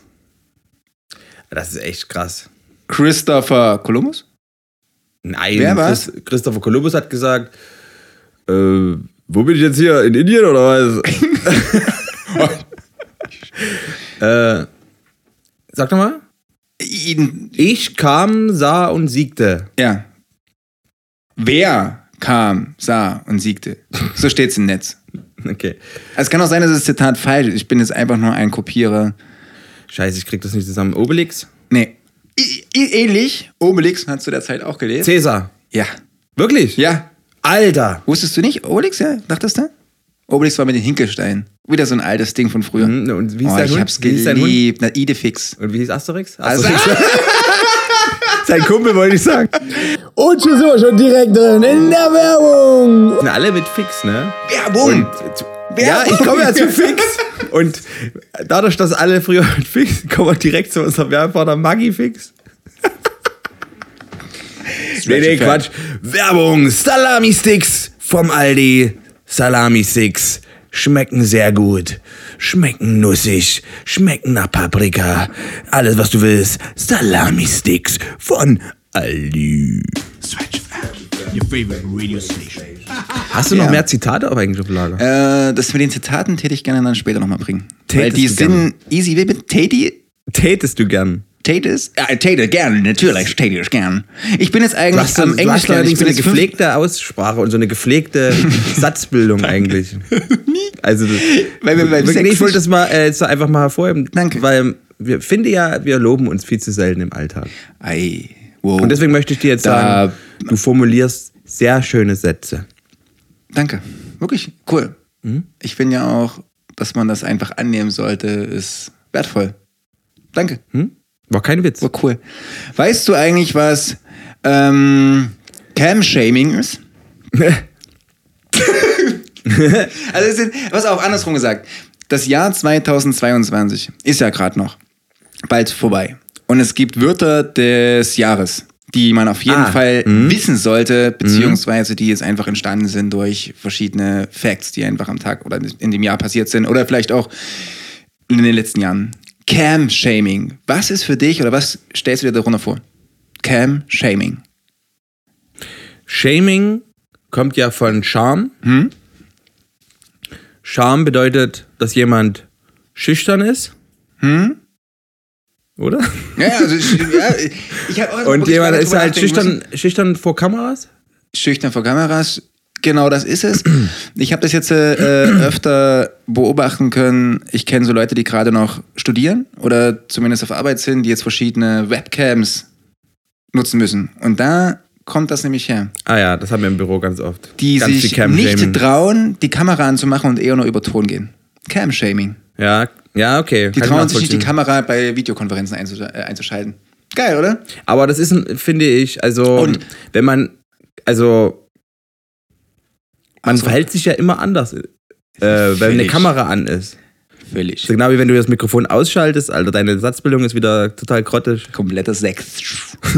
Speaker 1: Das ist echt krass.
Speaker 3: Christopher Columbus?
Speaker 1: Nein,
Speaker 3: Wer war's?
Speaker 1: Chris, Christopher Columbus hat gesagt, äh, wo bin ich jetzt hier? In Indien oder was? äh, sag doch mal.
Speaker 3: Ihn,
Speaker 1: Ich kam, sah und siegte.
Speaker 3: ja. Wer kam, sah und siegte? So steht's im Netz.
Speaker 1: Okay.
Speaker 3: Also es kann auch sein, dass das Zitat falsch ist. Ich bin jetzt einfach nur ein Kopierer.
Speaker 1: Scheiße, ich krieg das nicht zusammen. Obelix?
Speaker 3: Nee. I, I, ähnlich. Obelix hat zu der Zeit auch gelesen.
Speaker 1: Cäsar.
Speaker 3: Ja.
Speaker 1: Wirklich?
Speaker 3: Ja.
Speaker 1: Alter.
Speaker 3: Wusstest du nicht? Obelix, ja? Dachtest du? Obelix war mit den Hinkelsteinen. Wieder so ein altes Ding von früher.
Speaker 1: Mhm, und wie ist
Speaker 3: oh,
Speaker 1: dein
Speaker 3: ich
Speaker 1: Hund?
Speaker 3: hab's
Speaker 1: Wie ist dein Hund?
Speaker 3: geliebt. Na, Idefix. Also,
Speaker 1: Und wie hieß Asterix? Asterix. Also, Sein Kumpel wollte ich sagen.
Speaker 4: Und schon so, schon direkt drin in der Werbung.
Speaker 1: Sind alle mit Fix, ne?
Speaker 3: Werbung!
Speaker 1: Und Ja, ich komme ja zu Fix. Und dadurch, dass alle früher mit Fix kommen wir direkt zu unserem Werbepartner Maggi Fix. nee, nee, Quatsch. Werbung. Salami-Sticks vom Aldi. Salami-Sticks. Schmecken sehr gut. Schmecken nussig. Schmecken nach Paprika. Alles, was du willst. Salami-Sticks von Aldi.
Speaker 2: Stretch FM, your favorite radio station.
Speaker 1: Hast du noch mehr Zitate auf eigene Schublade?
Speaker 3: Äh, das mit den Zitaten täte ich gerne dann später nochmal bringen. Weil
Speaker 1: Tätest
Speaker 3: die
Speaker 1: du
Speaker 3: sind
Speaker 1: gerne.
Speaker 3: easy. Wie mit Tatey?
Speaker 1: Äh, Tätest du gern?
Speaker 3: Tate ist? Ja, Tate, gern, natürlich, Tate ist gern. Ich bin jetzt eigentlich
Speaker 1: Du hast,
Speaker 3: am
Speaker 1: du
Speaker 3: Englisch
Speaker 1: hast
Speaker 3: lernen. Ich
Speaker 1: allerdings so
Speaker 3: bin
Speaker 1: eine
Speaker 3: jetzt fünf-
Speaker 1: gepflegte Aussprache und so eine gepflegte Satzbildung eigentlich. Also das,
Speaker 3: Weil wir beim
Speaker 1: wirklich, nee,
Speaker 3: Sex
Speaker 1: ich wollte das mal äh, jetzt einfach mal hervorheben,
Speaker 3: Danke.
Speaker 1: weil wir finde ja, wir loben uns viel zu selten im Alltag.
Speaker 3: Ei, wow.
Speaker 1: Und deswegen möchte ich dir jetzt
Speaker 3: Oh, Da-
Speaker 1: sagen, du formulierst sehr schöne Sätze.
Speaker 3: Danke. Wirklich cool.
Speaker 1: Hm?
Speaker 3: Ich finde ja auch, dass man das einfach annehmen sollte, ist wertvoll. Danke.
Speaker 1: Hm? War kein Witz.
Speaker 3: War cool. Weißt du eigentlich, was ähm, Cam-Shaming ist? also, es sind, was auch andersrum gesagt. Das Jahr 2022 ist ja gerade noch bald vorbei. Und es gibt Wörter des Jahres, die man auf jeden
Speaker 1: Ah, Hm.
Speaker 3: Fall wissen sollte, beziehungsweise die jetzt einfach entstanden sind durch verschiedene Facts, die einfach am Tag oder in dem Jahr passiert sind oder vielleicht auch in den letzten Jahren. Cam-Shaming. Was ist für dich oder was stellst du dir darunter vor? Cam-Shaming.
Speaker 1: Shaming kommt ja von Charme. Charme bedeutet, dass jemand schüchtern ist. Oder?
Speaker 3: Ja, also ich, ja, ich habe auch erst mal
Speaker 1: Und jemand
Speaker 3: kurz darüber
Speaker 1: ist halt
Speaker 3: nachdenken müssen.
Speaker 1: schüchtern, schüchtern vor Kameras.
Speaker 3: Schüchtern vor Kameras. Genau, das ist es. Ich habe das jetzt äh, öfter beobachten können. Ich kenne so Leute, die gerade noch studieren oder zumindest auf Arbeit sind, die jetzt verschiedene Webcams nutzen müssen. Und da kommt das nämlich her.
Speaker 1: Ah ja, das haben wir im Büro ganz oft.
Speaker 3: Die
Speaker 1: ganz
Speaker 3: sich
Speaker 1: Cam Shaming.
Speaker 3: nicht trauen, die Kamera anzumachen und eher nur über Ton gehen. Cam-Shaming.
Speaker 1: Ja, ja, okay.
Speaker 3: Die
Speaker 1: kann ich
Speaker 3: trauen sich nicht, die
Speaker 1: nachvollziehen.
Speaker 3: Kamera bei Videokonferenzen einzusch- äh, einzuschalten. Geil, oder?
Speaker 1: Aber das ist, ein- finde ich, also
Speaker 3: Und-
Speaker 1: wenn man, also man
Speaker 3: so.
Speaker 1: verhält sich ja immer anders, äh, wenn eine
Speaker 3: Völlig.
Speaker 1: Kamera an ist.
Speaker 3: Völlig.
Speaker 1: So genau wie wenn du das Mikrofon ausschaltest, Alter, deine Satzbildung ist wieder total grottisch.
Speaker 3: Kompletter Sex.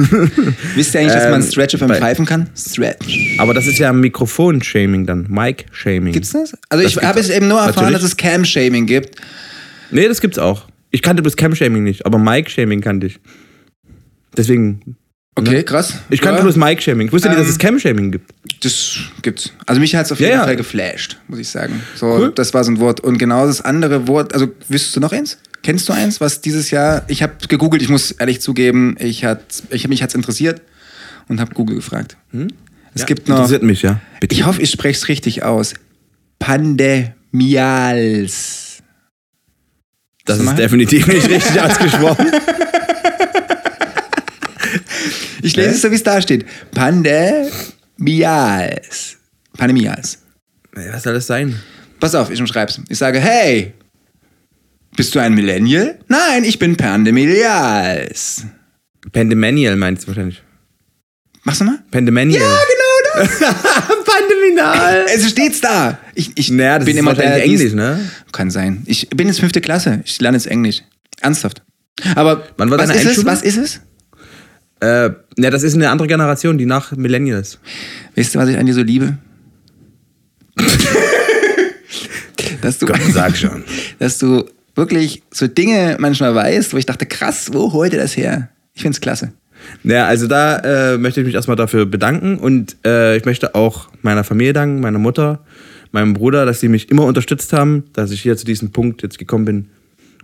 Speaker 3: Wisst ihr eigentlich, dass man
Speaker 1: Ähm,
Speaker 3: Stretch FM
Speaker 1: bei-
Speaker 3: pfeifen kann? Stretch.
Speaker 1: Aber das ist ja Mikrofon-Shaming dann, Mic-Shaming.
Speaker 3: Gibt's das? Also ich
Speaker 1: Das gibt's
Speaker 3: habe es eben nur erfahren,
Speaker 1: natürlich.
Speaker 3: dass es Cam-Shaming gibt.
Speaker 1: Nee, das gibt's auch. Ich kannte bis Cam-Shaming nicht, aber Mic-Shaming kannte ich. Deswegen, ne?
Speaker 3: Okay, krass.
Speaker 1: ich kannte
Speaker 3: ja, Ähm,
Speaker 1: bloß Mic-Shaming. Ich wusste nicht, dass es Cam-Shaming gibt.
Speaker 3: Das gibt's. Also mich hat's auf
Speaker 1: Ja,
Speaker 3: jeden
Speaker 1: ja.
Speaker 3: Fall geflasht, muss ich sagen. So, das war so ein Wort. Und genau das andere Wort, also wüsstest du noch eins? Kennst du eins, was dieses Jahr, ich habe gegoogelt, ich muss ehrlich zugeben, ich hat, ich, mich hat's interessiert und habe Google gefragt. Es gibt noch,
Speaker 1: Interessiert mich, ja. Bitte.
Speaker 3: ich hoffe, ich spreche es richtig aus, Pandemials.
Speaker 1: Das
Speaker 3: Kannst du
Speaker 1: ist
Speaker 3: machen?
Speaker 1: definitiv nicht richtig ausgesprochen.
Speaker 3: Ich lese es so, wie es da steht. Pandemials. Pandemials.
Speaker 1: Ey, Was soll das sein?
Speaker 3: Pass auf, ich umschreib's. Ich sage, hey, bist du ein Millennial? Nein, ich bin Pandemilials.
Speaker 1: Pandemanial meinst du wahrscheinlich.
Speaker 3: Machst du mal?
Speaker 1: Pandemanial.
Speaker 3: Ja, genau das.
Speaker 1: Pandeminal.
Speaker 3: Äh, Es steht's da. Ich, ich
Speaker 1: Naja, das
Speaker 3: bin
Speaker 1: ist
Speaker 3: immer
Speaker 1: wahrscheinlich
Speaker 3: der,
Speaker 1: Englisch, ne?
Speaker 3: Kann sein. Ich bin jetzt fünfte Klasse. Ich lerne jetzt Englisch. Ernsthaft. Aber
Speaker 1: Wann war
Speaker 3: was
Speaker 1: deine
Speaker 3: ist es?
Speaker 1: Einschulung?
Speaker 3: Was ist es?
Speaker 1: Äh, na, das ist eine andere Generation, die nach Millennials.
Speaker 3: Weißt du, was ich an dir so liebe? dass du,
Speaker 1: schon.
Speaker 3: dass du wirklich so Dinge manchmal weißt, wo ich dachte, krass, wo holt ihr das her? Ich find's klasse.
Speaker 1: Naja, also da äh, möchte ich mich erstmal dafür bedanken und äh, ich möchte auch meiner Familie danken, meiner Mutter, meinem Bruder, dass sie mich immer unterstützt haben, dass ich hier zu diesem Punkt jetzt gekommen bin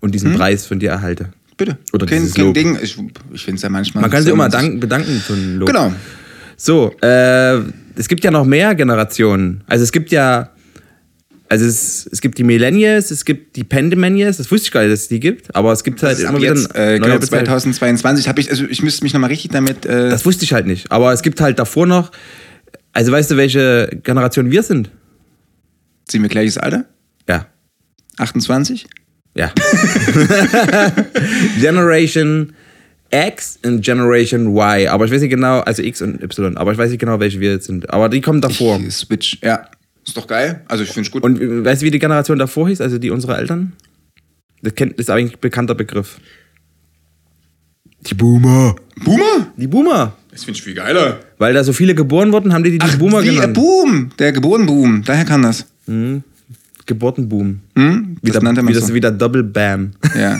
Speaker 1: und diesen Preis von dir erhalte.
Speaker 3: Mhm. Bitte.
Speaker 1: Oder
Speaker 3: kein,
Speaker 1: dieses
Speaker 3: kein
Speaker 1: Lob.
Speaker 3: Ding. Ich, ich finde es ja manchmal.
Speaker 1: Man kann
Speaker 3: so
Speaker 1: sie immer
Speaker 3: sich-
Speaker 1: danken, bedanken für ein Lob.
Speaker 3: Genau.
Speaker 1: So, äh, es gibt ja noch mehr Generationen. Also es gibt ja, also es, es gibt die Millennials, es gibt die Pandemanials, das wusste ich gar nicht, dass es die gibt, aber es gibt halt
Speaker 3: Das ist
Speaker 1: immer
Speaker 3: ab
Speaker 1: wieder
Speaker 3: jetzt,
Speaker 1: neue
Speaker 3: äh, genau,
Speaker 1: Bezeichnungen.
Speaker 3: 2022 habe ich, also ich müsste mich nochmal richtig damit. Äh,
Speaker 1: Das wusste ich halt nicht, aber es gibt halt davor noch, also weißt du, welche Generation wir sind?
Speaker 3: sind wir gleiches Alter?
Speaker 1: Ja,
Speaker 3: 28?
Speaker 1: ja. Generation X und Generation Y, aber ich weiß nicht genau, also X und Y, aber ich weiß nicht genau, welche wir jetzt sind, aber die kommen davor.
Speaker 3: Switch, ja. Ist doch geil. Also ich finde es gut.
Speaker 1: Und äh, weißt du, wie die Generation davor hieß, also die unserer Eltern? Das kennt, ist eigentlich ein bekannter Begriff. Die Boomer.
Speaker 3: Boomer?
Speaker 1: Die Boomer.
Speaker 3: Das finde ich viel geiler.
Speaker 1: Weil da so viele geboren wurden, haben die die, die Boomer
Speaker 3: wie, äh,
Speaker 1: genannt.
Speaker 3: Boom. Der Geburtenboom. Daher kann das.
Speaker 1: Geburtenboom.
Speaker 3: Hm?
Speaker 1: Wie
Speaker 3: Das nannte man
Speaker 1: wie das
Speaker 3: so.
Speaker 1: wieder Double Bam.
Speaker 3: Ja.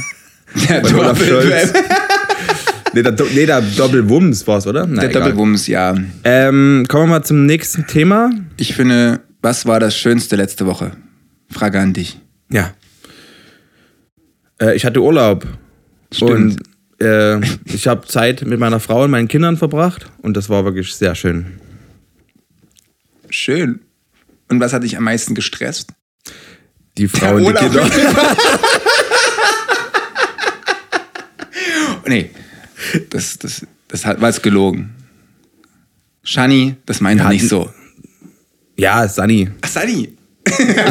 Speaker 3: Der
Speaker 1: Von Olaf Scholz.
Speaker 3: Doppelwumms.
Speaker 1: nee, der, Do- nee, der Doppelwumms war's, oder? Na,
Speaker 3: Der
Speaker 1: egal.
Speaker 3: Doppelwumms, ja.
Speaker 1: Ähm, kommen wir mal zum nächsten Thema.
Speaker 3: Ich finde, was war das Schönste letzte Woche? Frage an dich.
Speaker 1: Ja. Äh, ich hatte Urlaub.
Speaker 3: Stimmt.
Speaker 1: Und äh, ich habe Zeit mit meiner Frau und meinen Kindern verbracht und das war wirklich sehr schön.
Speaker 3: Schön. Und was hat dich am meisten gestresst?
Speaker 1: Die Frau und die
Speaker 3: Urlaub.
Speaker 1: Kinder.
Speaker 3: nee, das, das, das hat, war jetzt gelogen. Shani, das meint er
Speaker 1: Ja,
Speaker 3: nicht
Speaker 1: die-
Speaker 3: so.
Speaker 1: Ja, Sunny.
Speaker 3: Ach, Sunny.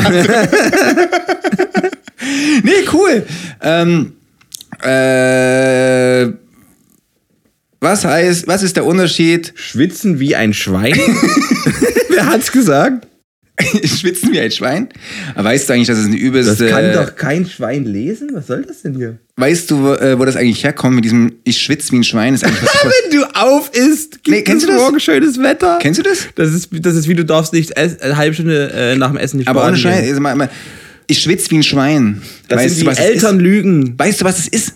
Speaker 3: nee, cool. Ähm, äh, was heißt, was ist der Unterschied?
Speaker 1: Schwitzen wie ein Schwein? Wer hat's gesagt?
Speaker 3: Schwitzen wie ein Schwein? Aber weißt du eigentlich, dass es eine
Speaker 1: Das äh,
Speaker 3: übelste...
Speaker 1: kann doch kein Schwein lesen. Was soll das denn hier?
Speaker 3: Weißt du, wo, äh, wo das eigentlich herkommt mit diesem Ich schwitze wie ein Schwein? Ist eigentlich was voll-
Speaker 1: Wenn du auf isst, gibt
Speaker 3: Nee, kennst
Speaker 1: es
Speaker 3: du das?
Speaker 1: morgen schönes Wetter.
Speaker 3: Kennst du das?
Speaker 1: Das ist, das ist wie du darfst nicht ess, eine halbe Stunde äh, nach dem Essen nicht
Speaker 3: Aber
Speaker 1: baden
Speaker 3: ohne
Speaker 1: gehen.
Speaker 3: Schwein. Mal, mal, ich schwitze wie ein Schwein.
Speaker 1: Das
Speaker 3: weißt
Speaker 1: sind
Speaker 3: du,
Speaker 1: die
Speaker 3: was
Speaker 1: Eltern Hm?
Speaker 3: Das
Speaker 1: lügen.
Speaker 3: ist? Weißt du, was es ist?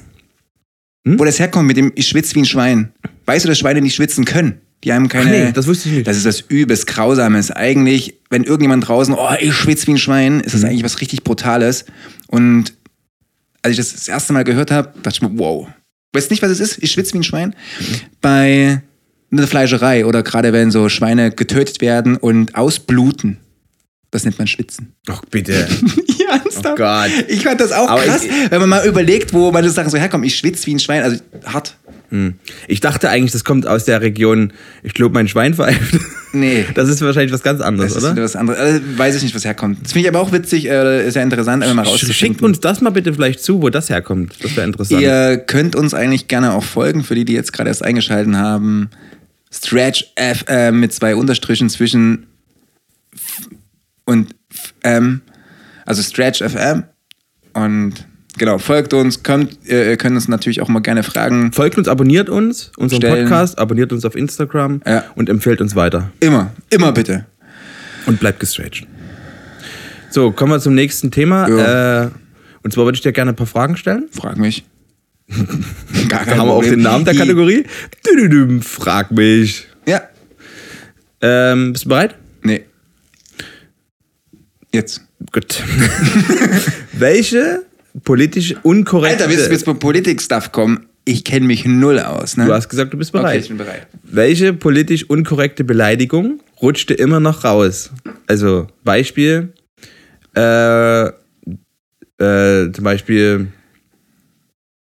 Speaker 3: Wo das herkommt mit dem Ich schwitze wie ein Schwein? Weißt du, dass Schweine nicht schwitzen können? Die haben keine.
Speaker 1: nee, das wusste ich nicht.
Speaker 3: Das ist das übelst Grausames. Eigentlich, wenn irgendjemand draußen, oh, ich schwitze wie ein Schwein, ist das
Speaker 1: Hm.
Speaker 3: eigentlich was richtig Brutales. Und als ich das das erste Mal gehört habe, dachte ich mir, wow. Weißt nicht, was es ist? Ich schwitze wie ein Schwein.
Speaker 1: Mhm.
Speaker 3: Bei einer Fleischerei oder gerade wenn so Schweine getötet werden und ausbluten, das nennt man Schwitzen.
Speaker 1: Doch, bitte.
Speaker 3: Ja, ernsthaft.
Speaker 1: Oh Gott.
Speaker 3: Ich fand das auch
Speaker 1: Aber
Speaker 3: krass,
Speaker 1: ich-
Speaker 3: wenn man mal überlegt, wo manche Sachen so herkommen. Ich schwitze wie ein Schwein, also hart.
Speaker 1: Ich dachte eigentlich, das kommt aus der Region, ich glaube, mein Schwein veräpft.
Speaker 3: Nee.
Speaker 1: Das ist wahrscheinlich was ganz anderes,
Speaker 3: Das ist
Speaker 1: oder?
Speaker 3: wieder was anderes. Also, weiß ich nicht, was herkommt. Das finde ich aber auch witzig, äh, ist ja interessant, einmal mal
Speaker 1: Schickt
Speaker 3: rauszufinden.
Speaker 1: uns das mal bitte vielleicht zu, wo das herkommt. Das wäre interessant.
Speaker 3: Ihr könnt uns eigentlich gerne auch folgen, für die, die jetzt gerade erst eingeschalten haben. Stretch FM mit zwei Unterstrichen zwischen F und FM. Also Stretch FM. Und genau, folgt uns, kommt, äh, ihr könnt uns natürlich auch mal gerne fragen.
Speaker 1: Folgt uns, abonniert uns, unseren
Speaker 3: Stellen.
Speaker 1: Podcast, abonniert uns auf Instagram
Speaker 3: Ja.
Speaker 1: und empfehlt uns weiter.
Speaker 3: Immer, immer bitte.
Speaker 1: Und bleibt gestretched. So, kommen wir zum nächsten Thema.
Speaker 3: Ja.
Speaker 1: Äh, und zwar würde ich dir gerne ein paar Fragen stellen.
Speaker 3: Frag mich. Gar kein
Speaker 1: Da haben wir auch
Speaker 3: Problem.
Speaker 1: den Namen der
Speaker 3: Die-
Speaker 1: Kategorie. Düdüdüm, Frag mich.
Speaker 3: Ja.
Speaker 1: Ähm, bist du bereit?
Speaker 3: Nee. Jetzt.
Speaker 1: Gut. Welche politisch unkorrekte.
Speaker 3: Alter, willst du jetzt bei Politik-Stuff kommen? Ich kenne mich null aus, ne?
Speaker 1: Du hast gesagt, du bist bereit.
Speaker 3: Okay, ich bin bereit.
Speaker 1: Welche politisch unkorrekte Beleidigung rutschte immer noch raus? Also Beispiel, äh, äh, zum Beispiel,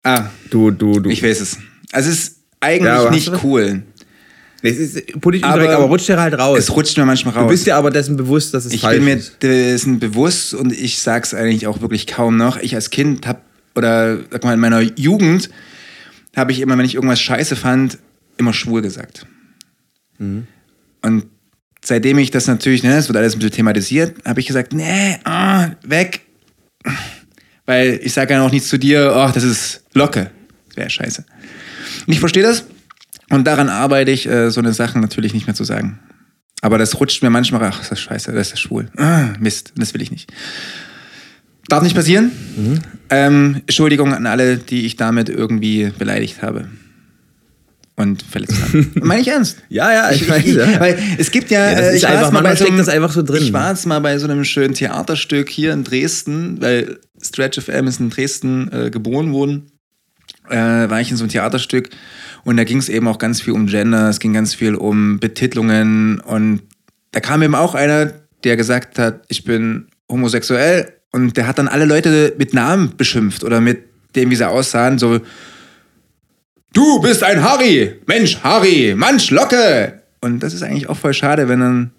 Speaker 3: Ah,
Speaker 1: du, du, du.
Speaker 3: ich weiß es. Also es ist eigentlich
Speaker 1: Ja, aber hast du
Speaker 3: nicht
Speaker 1: das?
Speaker 3: cool.
Speaker 1: Nee, es ist politisch
Speaker 3: Aber-
Speaker 1: unkorrekt, aber rutscht dir halt raus.
Speaker 3: Es rutscht mir manchmal raus.
Speaker 1: du bist dir aber dessen bewusst, dass es
Speaker 3: ich
Speaker 1: falsch
Speaker 3: bin mir
Speaker 1: ist.
Speaker 3: dessen bewusst und ich sag's eigentlich auch wirklich kaum noch. Ich als Kind hab, oder sag mal, in meiner Jugend habe ich immer, wenn ich irgendwas scheiße fand, immer schwul gesagt.
Speaker 1: Mhm.
Speaker 3: Und seitdem ich das natürlich, ne, es wird alles ein bisschen thematisiert, habe ich gesagt, nee, ah, weg. Weil ich sage ja auch nichts zu dir, ach, das ist Locke. Das wäre scheiße. Und ich verstehe das. Und daran arbeite ich, äh, so eine Sachen natürlich nicht mehr zu sagen. Aber das rutscht mir manchmal, ach, ist das scheiße, das ist ja schwul. Ah, Mist, das will ich nicht. Darf nicht passieren. Ähm, Entschuldigung an alle, die ich damit irgendwie beleidigt habe. Und verletzt habe. Meine ich ernst.
Speaker 1: Ja, ja, ich weiß, ja.
Speaker 3: Weil es gibt ja,
Speaker 1: Ja, das
Speaker 3: äh,
Speaker 1: ist
Speaker 3: ich war
Speaker 1: einfach-
Speaker 3: jetzt
Speaker 1: manchmal
Speaker 3: mal bei so
Speaker 1: steckt
Speaker 3: einem,
Speaker 1: das einfach so drin.
Speaker 3: Ich war jetzt mal bei so einem schönen Theaterstück hier in Dresden, weil Stretch FM ist in Dresden äh, geboren worden. Äh, war ich in so einem Theaterstück und da ging es eben auch ganz viel um Gender, es ging ganz viel um Betitelungen und da kam eben auch einer, der gesagt hat, ich bin homosexuell und der hat dann alle Leute mit Namen beschimpft oder mit dem, wie sie aussahen, so Du bist ein Harry! Mensch, Harry! Mensch, Locke! Und das ist eigentlich auch voll schade, wenn dann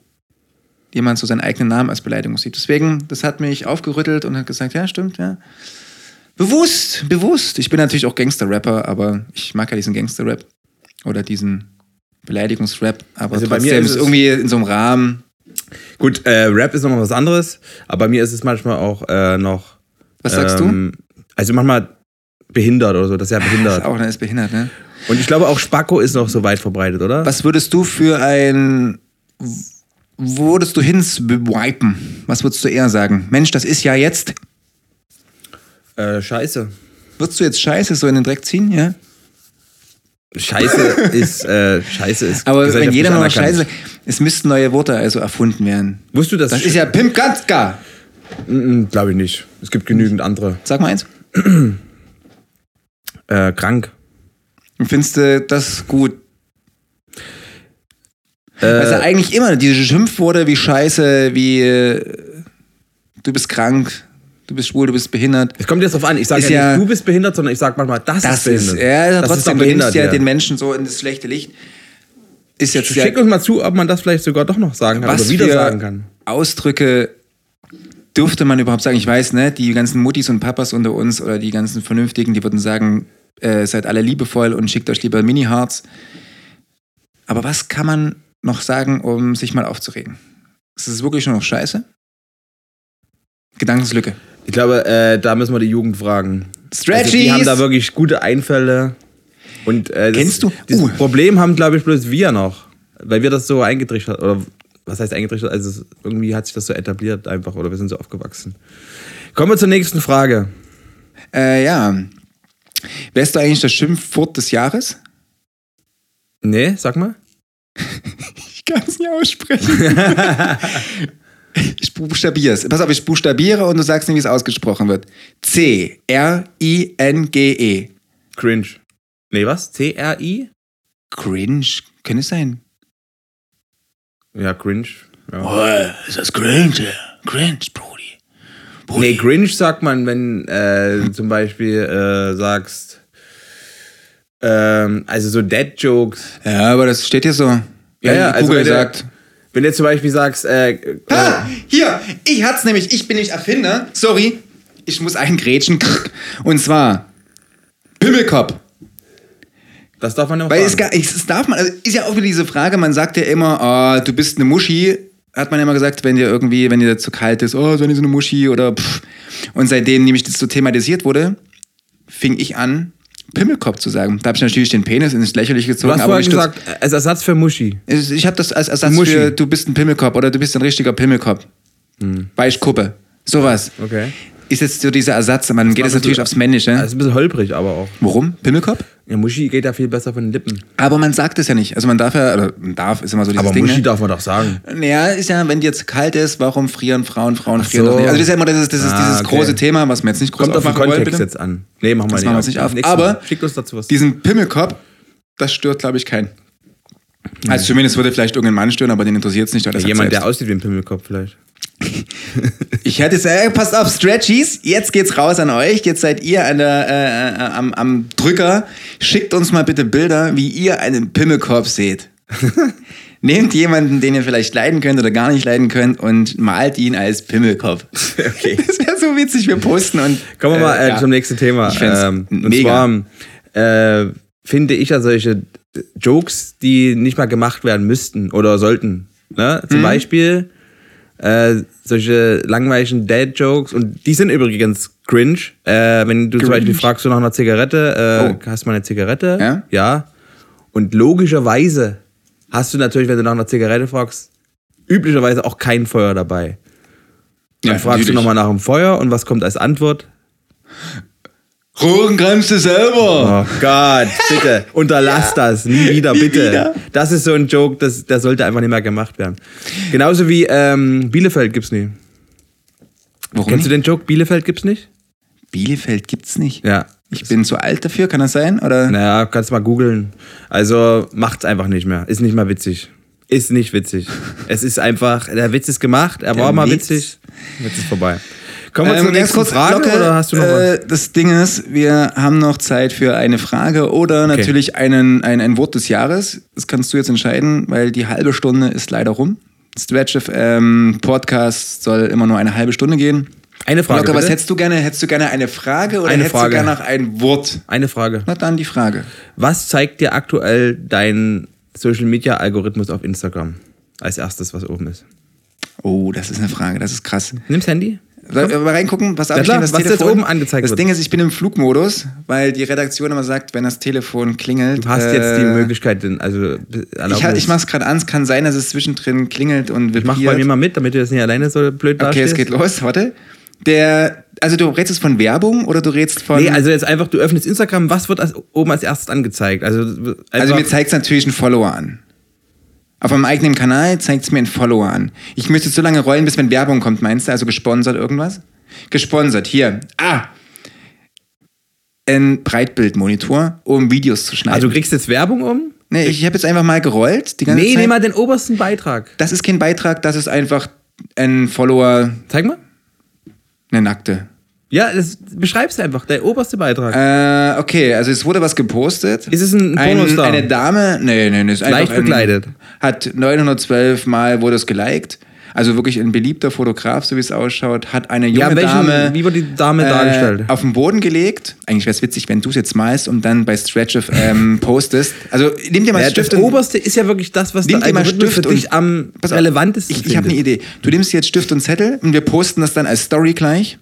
Speaker 3: jemand so seinen eigenen Namen als Beleidigung sieht. Deswegen, das hat mich aufgerüttelt und hat gesagt, ja, stimmt, ja. Bewusst, bewusst. Ich bin natürlich auch Gangster-Rapper, aber ich mag ja diesen Gangster-Rap oder diesen Beleidigungsrap, aber
Speaker 1: Also bei mir
Speaker 3: trotzdem
Speaker 1: ist
Speaker 3: ist
Speaker 1: es-
Speaker 3: irgendwie in so einem Rahmen.
Speaker 1: Gut, äh, Rap ist nochmal was anderes, aber bei mir ist es manchmal auch äh, noch.
Speaker 3: Was sagst
Speaker 1: du? Also manchmal behindert oder so, das ist ja
Speaker 3: du?
Speaker 1: behindert.
Speaker 3: Ist auch, ne, ist behindert, ne?
Speaker 1: Und ich glaube auch Spacko ist noch so weit verbreitet, oder?
Speaker 3: Was würdest du für ein. Wo würdest du hinswipen? Was würdest du eher sagen? Mensch, das ist ja jetzt.
Speaker 1: Äh, Scheiße.
Speaker 3: Würdest du jetzt Scheiße so in den Dreck ziehen, ja?
Speaker 1: Scheiße ist, äh, Scheiße ist.
Speaker 3: Aber wenn
Speaker 1: gesellschaftlich
Speaker 3: jeder mal
Speaker 1: anerkannt.
Speaker 3: Scheiße. Es müssten neue Worte also erfunden werden.
Speaker 1: Wusstest du das?
Speaker 3: Das ist ja Pimp Gatzka.
Speaker 1: Glaube ich nicht. Es gibt genügend andere.
Speaker 3: Sag mal eins.
Speaker 1: Äh, krank.
Speaker 3: Findest du das gut? also eigentlich immer diese Schimpfworte wie Scheiße, wie äh, du bist krank, du bist schwul, du bist behindert.
Speaker 1: Es kommt jetzt drauf an, ich sage
Speaker 3: Ist
Speaker 1: ja,
Speaker 3: ja-
Speaker 1: nicht, du bist behindert, sondern ich sage manchmal, das, ist
Speaker 3: Das ist,
Speaker 1: behindert.
Speaker 3: ja,
Speaker 1: das
Speaker 3: trotzdem,
Speaker 1: doch
Speaker 3: du nimmst ja
Speaker 1: ja.
Speaker 3: den Menschen so in das schlechte Licht. Ist jetzt ja,
Speaker 1: Schick uns mal zu, ob man das vielleicht sogar doch noch sagen kann
Speaker 3: was
Speaker 1: oder wieder
Speaker 3: für
Speaker 1: sagen kann.
Speaker 3: Ausdrücke dürfte man überhaupt sagen? Ich weiß, ne, die ganzen Muttis und Papas unter uns oder die ganzen Vernünftigen, die würden sagen, äh, seid alle liebevoll und schickt euch lieber Mini-Hearts. Aber was kann man noch sagen, um sich mal aufzuregen? Ist es wirklich nur noch scheiße? Gedankenslücke.
Speaker 1: Ich glaube, äh, da müssen wir die Jugend fragen. Also,
Speaker 3: Stretchies!
Speaker 1: die haben da wirklich gute Einfälle. Und, äh, das,
Speaker 3: Kennst du-
Speaker 1: Das
Speaker 3: Uh.
Speaker 1: Problem haben, glaube ich, bloß wir noch. Weil wir das so eingetrichtert Oder was heißt eingetrichtert? Also es- irgendwie hat sich das so etabliert einfach. Oder wir sind so aufgewachsen. Kommen wir zur nächsten Frage.
Speaker 3: Äh, ja. Wärst du eigentlich das Schimpfwort des Jahres?
Speaker 1: Nee, sag mal.
Speaker 3: Ich kann es nicht aussprechen. ich buchstabiere es. Pass auf, ich buchstabiere und du sagst mir, wie es ausgesprochen wird. C-R-I-N-G-E.
Speaker 1: Cringe. Nee, was? C-R-I?
Speaker 3: Cringe. Könnte es sein?
Speaker 1: Ja, Cringe.
Speaker 3: Oh.
Speaker 1: Ja.
Speaker 3: ist das cringe? Cringe, Brody.
Speaker 1: Nee, Grinch sagt man, wenn äh, zum Beispiel äh, sagst, ähm, also so Dad-Jokes.
Speaker 3: Ja, aber das steht hier so. Ja,
Speaker 1: ja, also
Speaker 3: Google
Speaker 1: wenn der-
Speaker 3: sagt.
Speaker 1: Wenn du jetzt zum Beispiel sagst, äh, äh,
Speaker 3: Ah, hier, ich hat's nämlich, ich bin nicht Erfinder. Sorry, ich muss eingrätschen. Und zwar Pimmelkopf.
Speaker 1: das darf man ja auch
Speaker 3: Weil es,
Speaker 1: sagen.
Speaker 3: gar, es es darf man, also ist ja auch wieder diese Frage, man sagt ja immer, ah, du bist eine Muschi, hat man ja immer gesagt, wenn dir irgendwie, wenn dir zu kalt ist, oh, so eine so eine Muschi oder pff. Und seitdem nämlich das so thematisiert wurde, fing ich an, Pimmelkopf zu sagen. Da habe ich natürlich den Penis ins Lächerliche
Speaker 1: du
Speaker 3: gezogen.
Speaker 1: hast
Speaker 3: aber
Speaker 1: vorhin
Speaker 3: mich tut's-
Speaker 1: gesagt, äh, als Ersatz für Muschi.
Speaker 3: es- ich habe das als Ersatz
Speaker 1: Muschi.
Speaker 3: für, du bist ein Pimmelkopf oder du bist ein richtiger Pimmelkopf. Weichkuppe, sowas.
Speaker 1: Hm. Ah, Okay.
Speaker 3: Ist jetzt so dieser Ersatz, man geht
Speaker 1: macht
Speaker 3: jetzt
Speaker 1: das
Speaker 3: natürlich
Speaker 1: so-
Speaker 3: aufs Männliche.
Speaker 1: Das ist ein bisschen holprig, aber auch.
Speaker 3: Warum? Pimmelkopf?
Speaker 1: Ja, Muschi geht da viel besser von den Lippen.
Speaker 3: Aber man sagt es ja nicht. Also man darf ja, oder man darf ist immer so dieses
Speaker 1: Aber
Speaker 3: Ding.
Speaker 1: Muschi
Speaker 3: ne?
Speaker 1: darf man doch sagen.
Speaker 3: Naja, ist ja, wenn dir jetzt kalt ist, warum frieren Frauen, Frauen frieren
Speaker 1: so.
Speaker 3: doch nicht. Also das ist ja immer dieses, dieses,
Speaker 1: Ah,
Speaker 3: dieses
Speaker 1: okay.
Speaker 3: große Thema, was wir jetzt nicht groß
Speaker 1: Kommt auf den
Speaker 3: aufmachen wollen,
Speaker 1: Kontext
Speaker 3: bitte.
Speaker 1: jetzt an. Nee, machen wir
Speaker 3: Das
Speaker 1: nicht.
Speaker 3: machen wir jetzt nicht auf.
Speaker 1: Nächstes
Speaker 3: Aber-
Speaker 1: Mal. schickt uns dazu was.
Speaker 3: Diesen Pimmelkopf, das stört, glaube ich, keinen. Also zumindest würde vielleicht irgendein Mann stören, aber den interessiert es nicht. Oder
Speaker 1: Hm. Jemand, der aussieht wie ein Pimmelkopf vielleicht.
Speaker 3: ich hätte jetzt, äh, passt auf, Stretchies, jetzt geht's raus an euch. Jetzt seid ihr an der, äh, äh, am, am Drücker. Schickt uns mal bitte Bilder, wie ihr einen Pimmelkorb seht. Nehmt jemanden, den ihr vielleicht leiden könnt oder gar nicht leiden könnt und malt ihn als Pimmelkopf.
Speaker 1: Okay.
Speaker 3: Das wäre so witzig, wir posten und.
Speaker 1: Kommen wir mal äh,
Speaker 3: ja.
Speaker 1: zum nächsten Thema. Ähm,
Speaker 3: Ich find's
Speaker 1: und
Speaker 3: mega.
Speaker 1: zwar äh, finde ich ja solche Jokes, die nicht mal gemacht werden müssten oder sollten. Ne?
Speaker 3: Mhm.
Speaker 1: Zum Beispiel äh, solche langweiligen Dad-Jokes und die sind übrigens cringe. Äh, wenn du zum Beispiel fragst du nach einer Zigarette, äh, hast du mal eine Zigarette?
Speaker 3: Oh. Ja.
Speaker 1: ja. Und logischerweise hast du natürlich, wenn du nach einer Zigarette fragst, üblicherweise auch kein Feuer dabei. Dann
Speaker 3: Ja,
Speaker 1: fragst du
Speaker 3: natürlich.
Speaker 1: nochmal nach dem Feuer und was kommt als Antwort?
Speaker 3: Rohrenkremse selber!
Speaker 1: Oh Gott, bitte, unterlass das, nie wieder, bitte. Das ist so ein Joke, das, der sollte einfach nicht mehr gemacht werden. Genauso wie ähm, Bielefeld gibt's nie.
Speaker 3: Warum?
Speaker 1: Kennst du
Speaker 3: nicht?
Speaker 1: den Joke, Bielefeld gibt's nicht?
Speaker 3: Bielefeld gibt's nicht.
Speaker 1: Ja.
Speaker 3: Ich bin zu alt dafür, kann das sein? Oder?
Speaker 1: Naja, kannst mal googeln. Also macht's einfach nicht mehr. Ist nicht mal witzig. Ist nicht witzig. Es ist einfach, der Witz ist gemacht, er war
Speaker 3: Der
Speaker 1: mal
Speaker 3: Witz.
Speaker 1: witzig. Jetzt ist vorbei. Kommen wir zur
Speaker 3: Ähm, ganz
Speaker 1: nächsten
Speaker 3: kurz,
Speaker 1: Frage
Speaker 3: Locke,
Speaker 1: oder hast du noch was?
Speaker 3: äh, Das Ding ist, wir haben noch Zeit für eine Frage oder natürlich einen, ein, ein Wort des Jahres. Das kannst du jetzt entscheiden, weil die halbe Stunde ist leider rum. Stretch FM Podcast soll immer nur eine halbe Stunde gehen.
Speaker 1: Eine Frage,
Speaker 3: Locke, was
Speaker 1: bitte.
Speaker 3: hättest du gerne? Hättest du gerne eine Frage oder
Speaker 1: Eine
Speaker 3: hättest
Speaker 1: Frage.
Speaker 3: du gerne noch ein Wort?
Speaker 1: Eine Frage.
Speaker 3: Na dann die Frage.
Speaker 1: Was zeigt dir aktuell dein Social Media Algorithmus auf Instagram? Als erstes, was oben ist.
Speaker 3: Oh, das ist eine Frage, das ist krass.
Speaker 1: Nimm's Handy?
Speaker 3: Soll ich mal reingucken, was
Speaker 1: Ja, klar,
Speaker 3: abgeht?
Speaker 1: was jetzt oben angezeigt
Speaker 3: Das
Speaker 1: wird.
Speaker 3: Ding ist, ich bin im Flugmodus, weil die Redaktion immer sagt, wenn das Telefon klingelt.
Speaker 1: Du hast jetzt die
Speaker 3: äh,
Speaker 1: Möglichkeit, den, also
Speaker 3: Ich, ha- ich mach's gerade an, es kann sein, dass es zwischendrin klingelt und
Speaker 1: Ich mach
Speaker 3: vibriert.
Speaker 1: bei mir mal mit, damit du das nicht alleine so blöd
Speaker 3: Okay, es
Speaker 1: dastehst.
Speaker 3: geht los, warte. Der, also du redest jetzt von Werbung oder du redest von.
Speaker 1: Nee, also jetzt einfach, du öffnest Instagram, was wird als, oben als erstes angezeigt? Also, einfach,
Speaker 3: Also mir zeigt es natürlich einen Follower an. Auf meinem eigenen Kanal zeigt es mir einen Follower an. Ich müsste so lange rollen, bis wenn Werbung kommt, meinst du? Also gesponsert irgendwas? Gesponsert, hier. Ah! Ein Breitbildmonitor, um Videos zu schneiden.
Speaker 1: also du kriegst jetzt Werbung um?
Speaker 3: nee, ich habe jetzt einfach mal gerollt. Die ganze
Speaker 1: Nee,
Speaker 3: Zeit.
Speaker 1: nimm mal den obersten Beitrag.
Speaker 3: Das ist kein Beitrag, das ist einfach ein Follower,
Speaker 1: Zeig mal.
Speaker 3: eine nackte.
Speaker 1: Ja, das beschreibst einfach, der oberste Beitrag.
Speaker 3: Äh, okay, also es wurde was gepostet.
Speaker 1: Ist es ein
Speaker 3: ein,
Speaker 1: Pornostar?
Speaker 3: Eine Dame, nee, nee, nee, ist einfach
Speaker 1: Leicht
Speaker 3: ein-
Speaker 1: bekleidet.
Speaker 3: Hat 912 Mal wurde es geliked. Also wirklich ein beliebter Fotograf, so wie es ausschaut, hat eine junge
Speaker 1: Ja, welchen-
Speaker 3: Dame. äh,
Speaker 1: wie wurde die Dame dargestellt?
Speaker 3: Auf den Boden gelegt. Eigentlich wäre es witzig, wenn du es jetzt malst und dann bei Stretch ähm, postest. Also nimm dir mal
Speaker 1: ja,
Speaker 3: einen Stift
Speaker 1: das
Speaker 3: und-
Speaker 1: oberste ist ja wirklich das, was
Speaker 3: Nimm
Speaker 1: der
Speaker 3: dir mal
Speaker 1: Algorithmus
Speaker 3: Stift
Speaker 1: für dich
Speaker 3: und-
Speaker 1: am
Speaker 3: Pass auf,
Speaker 1: relevantesten
Speaker 3: Ich, ich habe eine
Speaker 1: findet.
Speaker 3: Idee. Du nimmst jetzt Stift und Zettel und wir posten das dann als Story gleich.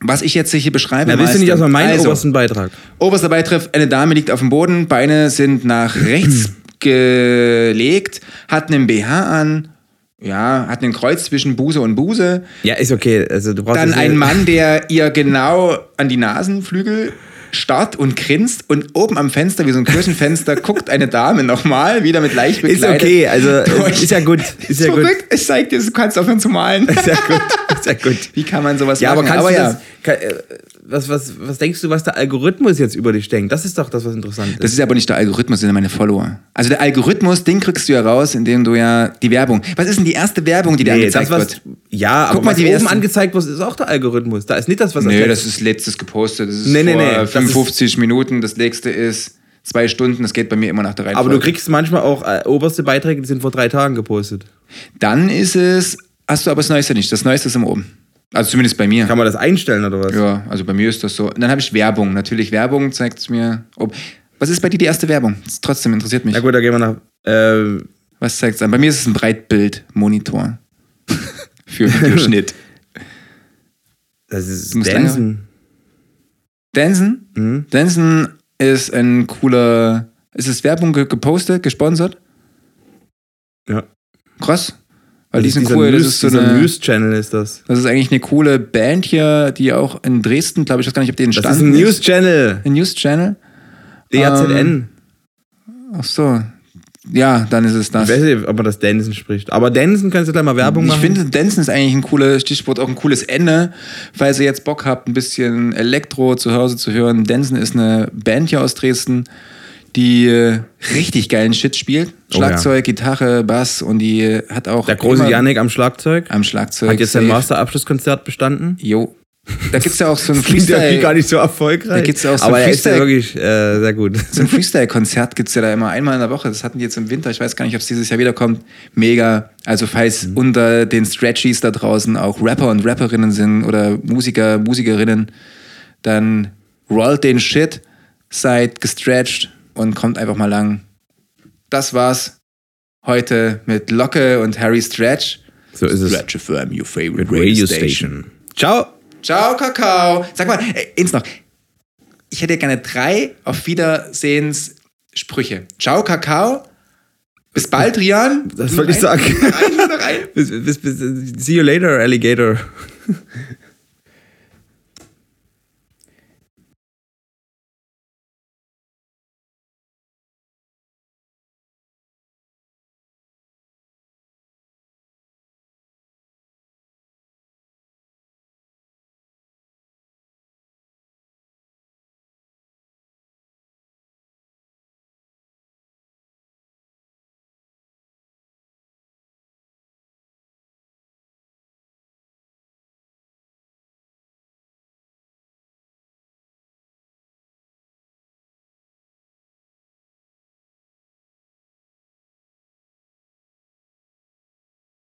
Speaker 3: Was ich jetzt hier beschreibe.
Speaker 1: Na, willst du nicht
Speaker 3: malst
Speaker 1: erstmal meinen
Speaker 3: also,
Speaker 1: obersten Beitrag?
Speaker 3: Oberster Beitriff, eine Dame liegt auf dem Boden, Beine sind nach rechts gelegt, hat einen BH an, ja, hat ein Kreuz zwischen Buße und Buße.
Speaker 1: Ja, ist okay. Also du brauchst
Speaker 3: Dann
Speaker 1: jetzt-
Speaker 3: ein Mann, der ihr genau an die Nasenflügel starrt und grinst und oben am Fenster, wie so ein Kirchenfenster, guckt eine Dame nochmal, wieder mit leicht
Speaker 1: Ist
Speaker 3: bekleidet.
Speaker 1: okay, also
Speaker 3: durch-
Speaker 1: ist ja gut. Ist ja gut.
Speaker 3: Verrückt, ich zeig dir, du kannst aufhören zu malen.
Speaker 1: Ist ja gut. Ist ja gut.
Speaker 3: Wie kann man sowas
Speaker 1: Ja, aber
Speaker 3: machen?
Speaker 1: kannst
Speaker 3: aber
Speaker 1: du
Speaker 3: ja.
Speaker 1: das, kann, äh, was, was, was denkst du, was der Algorithmus jetzt über dich denkt? Das ist doch das, was interessant ist.
Speaker 3: Das ist aber nicht der Algorithmus, das sind meine Follower. Also der Algorithmus, den kriegst du ja raus, indem du ja die Werbung. Was ist denn die erste Werbung, die dir
Speaker 1: Nee,
Speaker 3: angezeigt
Speaker 1: das, was,
Speaker 3: wird?
Speaker 1: Ja,
Speaker 3: Guck
Speaker 1: aber
Speaker 3: mal,
Speaker 1: was
Speaker 3: die
Speaker 1: oben
Speaker 3: ersten-
Speaker 1: angezeigt wird, ist auch der Algorithmus. Da ist nicht das, was als
Speaker 3: Nö, das
Speaker 1: letztes-
Speaker 3: ist letztes gepostet. Das ist
Speaker 1: Nee, nee,
Speaker 3: vor
Speaker 1: nee, das
Speaker 3: 55 Minuten. Das nächste ist zwei Stunden. Das geht bei mir immer nach der Reihenfolge.
Speaker 1: Aber du kriegst manchmal auch äh, oberste Beiträge, die sind vor drei Tagen gepostet.
Speaker 3: Dann ist es. Hast du aber das Neueste nicht. Das Neueste ist immer oben. Also zumindest bei mir.
Speaker 1: Kann man das einstellen oder was?
Speaker 3: Ja, also bei mir ist das so. Und dann habe ich Werbung. Natürlich, Werbung zeigt es mir. ob- was ist bei dir die erste Werbung? Das trotzdem interessiert mich.
Speaker 1: Na gut, da gehen wir nach. Äh,
Speaker 3: Was zeigt es an? Bei mir ist es ein Breitbildmonitor. Für Videoschnitt.
Speaker 1: das ist Hm?
Speaker 3: musst
Speaker 1: Dancen.
Speaker 3: Danson? Danson ist ein cooler. Ist es Werbung ge- gepostet, gesponsert?
Speaker 1: Ja.
Speaker 3: Krass. Weil
Speaker 1: Das
Speaker 3: die
Speaker 1: ist
Speaker 3: sind
Speaker 1: dieser
Speaker 3: cool. Das
Speaker 1: News-
Speaker 3: ist, so
Speaker 1: dieser
Speaker 3: eine,
Speaker 1: News-Channel ist das.
Speaker 3: das ist eigentlich eine coole Band hier, die auch in Dresden, glaube ich, ich weiß gar nicht, ob die
Speaker 1: Das
Speaker 3: entstanden
Speaker 1: ist ein News-Channel.
Speaker 3: Ein News-Channel? Ah.
Speaker 1: DAZN.
Speaker 3: Ach so. Ja, dann ist es das.
Speaker 1: ich weiß nicht, ob man das Dancen spricht. Aber Dancen kannst du gleich mal Werbung
Speaker 3: Ich
Speaker 1: machen.
Speaker 3: finde, Dancen ist eigentlich ein cooles Stichwort, auch ein cooles Ende. Falls ihr jetzt Bock habt, ein bisschen Elektro zu Hause zu hören. Dancen ist eine Band hier aus Dresden, die äh, richtig geilen Shit spielt.
Speaker 1: Oh ja.
Speaker 3: Schlagzeug, Gitarre, Bass und die äh, hat auch
Speaker 1: der große
Speaker 3: immer
Speaker 1: Janik am Schlagzeug
Speaker 3: am Schlagzeug.
Speaker 1: hat jetzt sein
Speaker 3: safe.
Speaker 1: Masterabschlusskonzert bestanden.
Speaker 3: Jo. Da gibt's ja auch so ein
Speaker 1: Klingt ja irgendwie gar
Speaker 3: Freestyle.
Speaker 1: nicht so erfolgreich.
Speaker 3: Da gibt's auch so
Speaker 1: Aber er ist ja
Speaker 3: Freestyle-
Speaker 1: wirklich äh, sehr gut.
Speaker 3: So ein Freestyle-Konzert gibt's ja da immer einmal in der Woche. Das hatten die jetzt im Winter. Ich weiß gar nicht, ob es dieses Jahr wiederkommt. Mega. Also falls unter den Stretchies da draußen auch Rapper und Rapperinnen sind oder Musiker, Musikerinnen, dann rollt den Shit, seid gestretched und kommt einfach mal lang. Das war's heute mit Locke und Harry Stretch.
Speaker 1: So ist es.
Speaker 3: Stretch FM, your favorite radio,
Speaker 1: Radio
Speaker 3: station.
Speaker 1: Station. Ciao.
Speaker 3: Ciao, Kakao. Sag mal, äh, eins noch. Ich hätte gerne drei auf Wiedersehens Sprüche. Ciao, Kakao. Bis bald, Rian.
Speaker 1: Das wollte ich
Speaker 3: Noch ein-
Speaker 1: sagen.
Speaker 3: Noch ein, noch ein.
Speaker 1: Bis, bis, bis, see you later, Alligator.